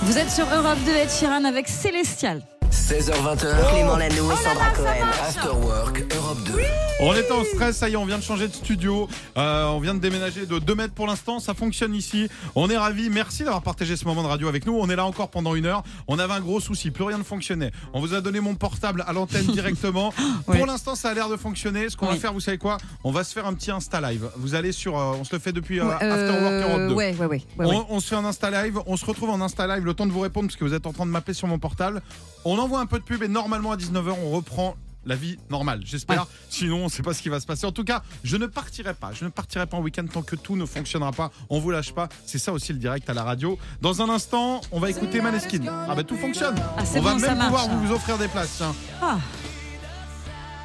Vous êtes sur Europe 2 Ed Sheeran avec Célestial.
16h20.
Clément Lano et Sandra Cohen.
After Work Europe 2.
On est en stress, ça y est, on vient de changer de studio. Euh, on vient de déménager de 2 mètres pour l'instant, ça fonctionne ici. On est ravis, merci d'avoir partagé ce moment de radio avec nous. On est là encore pendant une heure. On avait un gros souci, plus rien ne fonctionnait. On vous a donné mon portable à l'antenne directement.
Ouais.
Pour l'instant, ça a l'air de fonctionner. Ce qu'on va faire, vous savez quoi On va se faire un petit Insta Live. Vous allez sur. euh, on se le fait depuis euh,
Ouais,
After Work Europe 2.
ouais, ouais, ouais, ouais, ouais.
On, on se fait un Insta Live, on se retrouve en Insta Live, le temps de vous répondre parce que vous êtes en train de m'appeler sur mon portable. On envoie un peu de pub et normalement à 19h on reprend la vie normale, j'espère. Sinon, on ne sait pas ce qui va se passer. En tout cas, je ne partirai pas. Je ne partirai pas en week-end tant que tout ne fonctionnera pas. On vous lâche pas. C'est ça aussi le direct à la radio. Dans un instant, on va écouter Maneskin. Ah bah tout fonctionne.
Ah, c'est
on va
bon, ça
même
marche,
pouvoir
hein.
vous offrir des places. tiens.
Ah.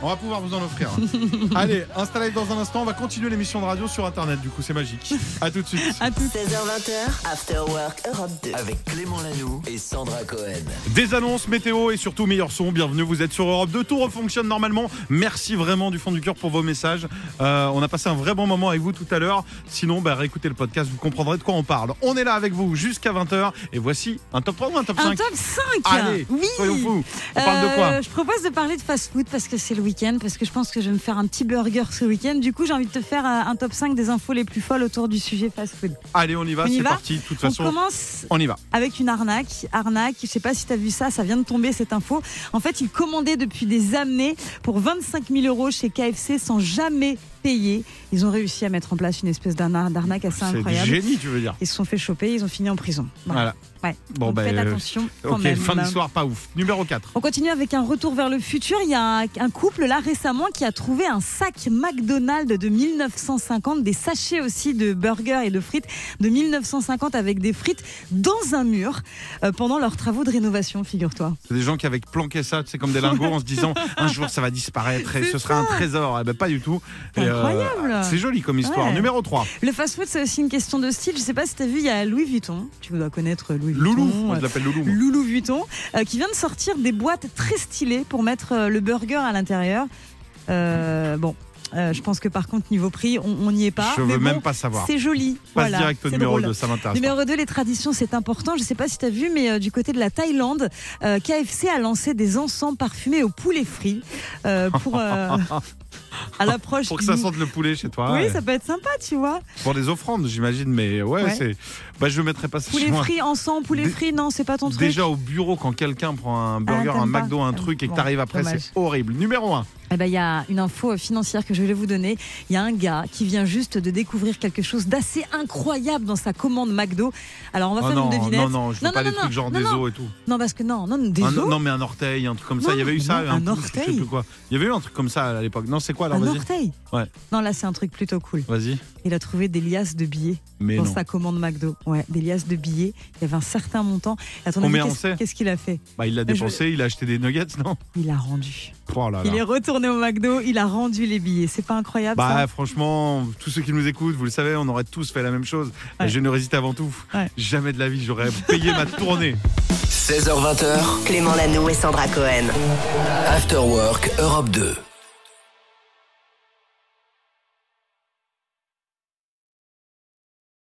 On va pouvoir vous en offrir. Allez, Insta Live dans un instant. On va continuer l'émission de radio sur Internet. Du coup, c'est magique. À tout de suite.
16h20, After Work Europe 2.
Avec Clément Lanoux et Sandra Cohen.
Des annonces météo et surtout meilleur son. Bienvenue, vous êtes sur Europe 2. Tout refonctionne normalement. Merci vraiment du fond du cœur pour vos messages. Euh, on a passé un vrai bon moment avec vous tout à l'heure. Sinon, bah, réécoutez le podcast, vous comprendrez de quoi on parle. On est là avec vous jusqu'à 20h. Et voici un top 3 ou un top 5
Un top 5
Allez,
Oui
soyons fous. On parle de quoi
Euh, Je propose de parler de fast-food parce que c'est le week-end, parce que je pense que je vais me faire un petit burger ce week-end. Du coup, j'ai envie de te faire euh, un top 5 des infos les plus folles autour du sujet fast-food.
Allez, on y va,
On y
c'est
va
parti. De toute
On
façon,
commence
on y va.
avec une arnaque. Arnaque, je sais pas si tu as vu ça, ça vient de tomber cette info. En fait, il commandait depuis des années pour 25 000 euros chez KFC sans jamais payer. Ils ont réussi à mettre en place une espèce d'arna- d'arnaque assez
C'est du
incroyable.
génie, tu veux dire.
Ils se sont fait choper, ils ont fini en prison.
Voilà.
Ouais.
Bon,
Donc
bah,
faites
euh,
attention quand
Ok,
même. hein.
fin d'histoire, pas ouf. Numéro 4.
On continue avec un retour vers le futur. Il y a un, un couple là récemment qui a trouvé un sac McDonald's de 1950, des sachets aussi de burgers et de frites de 1950 avec des frites dans un mur euh, pendant leurs travaux de rénovation, figure-toi.
C'est des gens qui avaient planqué ça, c'est comme des lingots en se disant un jour ça va disparaître et ce sera un trésor. Eh ben pas du tout. Et, euh,
incroyable.
c'est joli comme histoire.
Ah. Ouais.
Numéro 3.
Le fast-food, c'est aussi une question de style. Je sais pas si t'as vu, il y a Louis Vuitton. Tu dois connaître Louis Vuitton. euh,
Loulou, moi, je l'appelle Loulou. moi.
Loulou Vuitton, euh, qui vient de sortir des boîtes très stylées pour mettre euh, le burger à l'intérieur. Euh, bon, euh, je pense que par contre, niveau prix, on on n'y est pas.
Je
mais
veux
bon,
même pas savoir.
C'est joli.
Passe
Voilà,
direct au
c'est
numéro
drôle.
2, ça m'intéresse. pas.
Numéro 2, les traditions, c'est important. Je sais pas si tu as vu, mais euh, du côté de la Thaïlande, euh, KFC a lancé des encens parfumés au poulet frit euh, pour, euh, à l'approche
Pour que ça
du-
sente le poulet chez toi.
oui,
ouais.
ça peut être sympa, tu vois.
Pour les offrandes, j'imagine, mais ouais,
Ouais.
c'est. Bah, je mettrai pas ça chez
Poulet
moi.
frit, encens, poulet
Dé-
frit, non, c'est pas ton truc. Ah,
Déjà au bureau, quand quelqu'un prend un burger,
t'aimes
un
pas.
McDo, un truc et que
Bon,
t'arrives après,
dommage.
c'est horrible. Numéro 1.
Eh ben, il y a une info financière que je vais vous donner. Il y a un gars qui vient juste de découvrir quelque chose d'assez incroyable dans sa commande McDo. Alors, on va faire
Oh non,
une devinette.
non, non, je veux pas des trucs genre
non,
des
non.
os et tout.
Non, parce que non, non, des
Un-
os.
non, mais un orteil, un truc comme ça.
Non,
Il y avait eu
non,
ça,
un
pouce, je sais
orteil.
plus quoi. Il y avait eu un truc comme ça à l'époque. Non, c'est quoi alors
un
Vas-y.
orteil.
Ouais,
Non, là, c'est un truc plutôt cool.
vas-y.
Il a trouvé des liasses de billets
Mais
dans
non.
sa commande McDo. Ouais, des liasses de billets. Il y avait un certain montant. Et à ton avis,
Combien on
qu'est-ce
sait
qu'est-ce qu'il a fait
Bah, il l'a
Mais je-
dépensé, il a acheté des nuggets, non
Il a rendu.
Oh là là.
Il est retourné au McDo, il a rendu les billets. C'est pas incroyable
Bah
ça
franchement, tous ceux qui nous écoutent, vous le savez, on aurait tous fait la même chose. La générosité avant tout. Jamais de la vie, j'aurais payé ma tournée.
16h20,
Clément Lanoux et Sandra Cohen.
After Work Europe 2.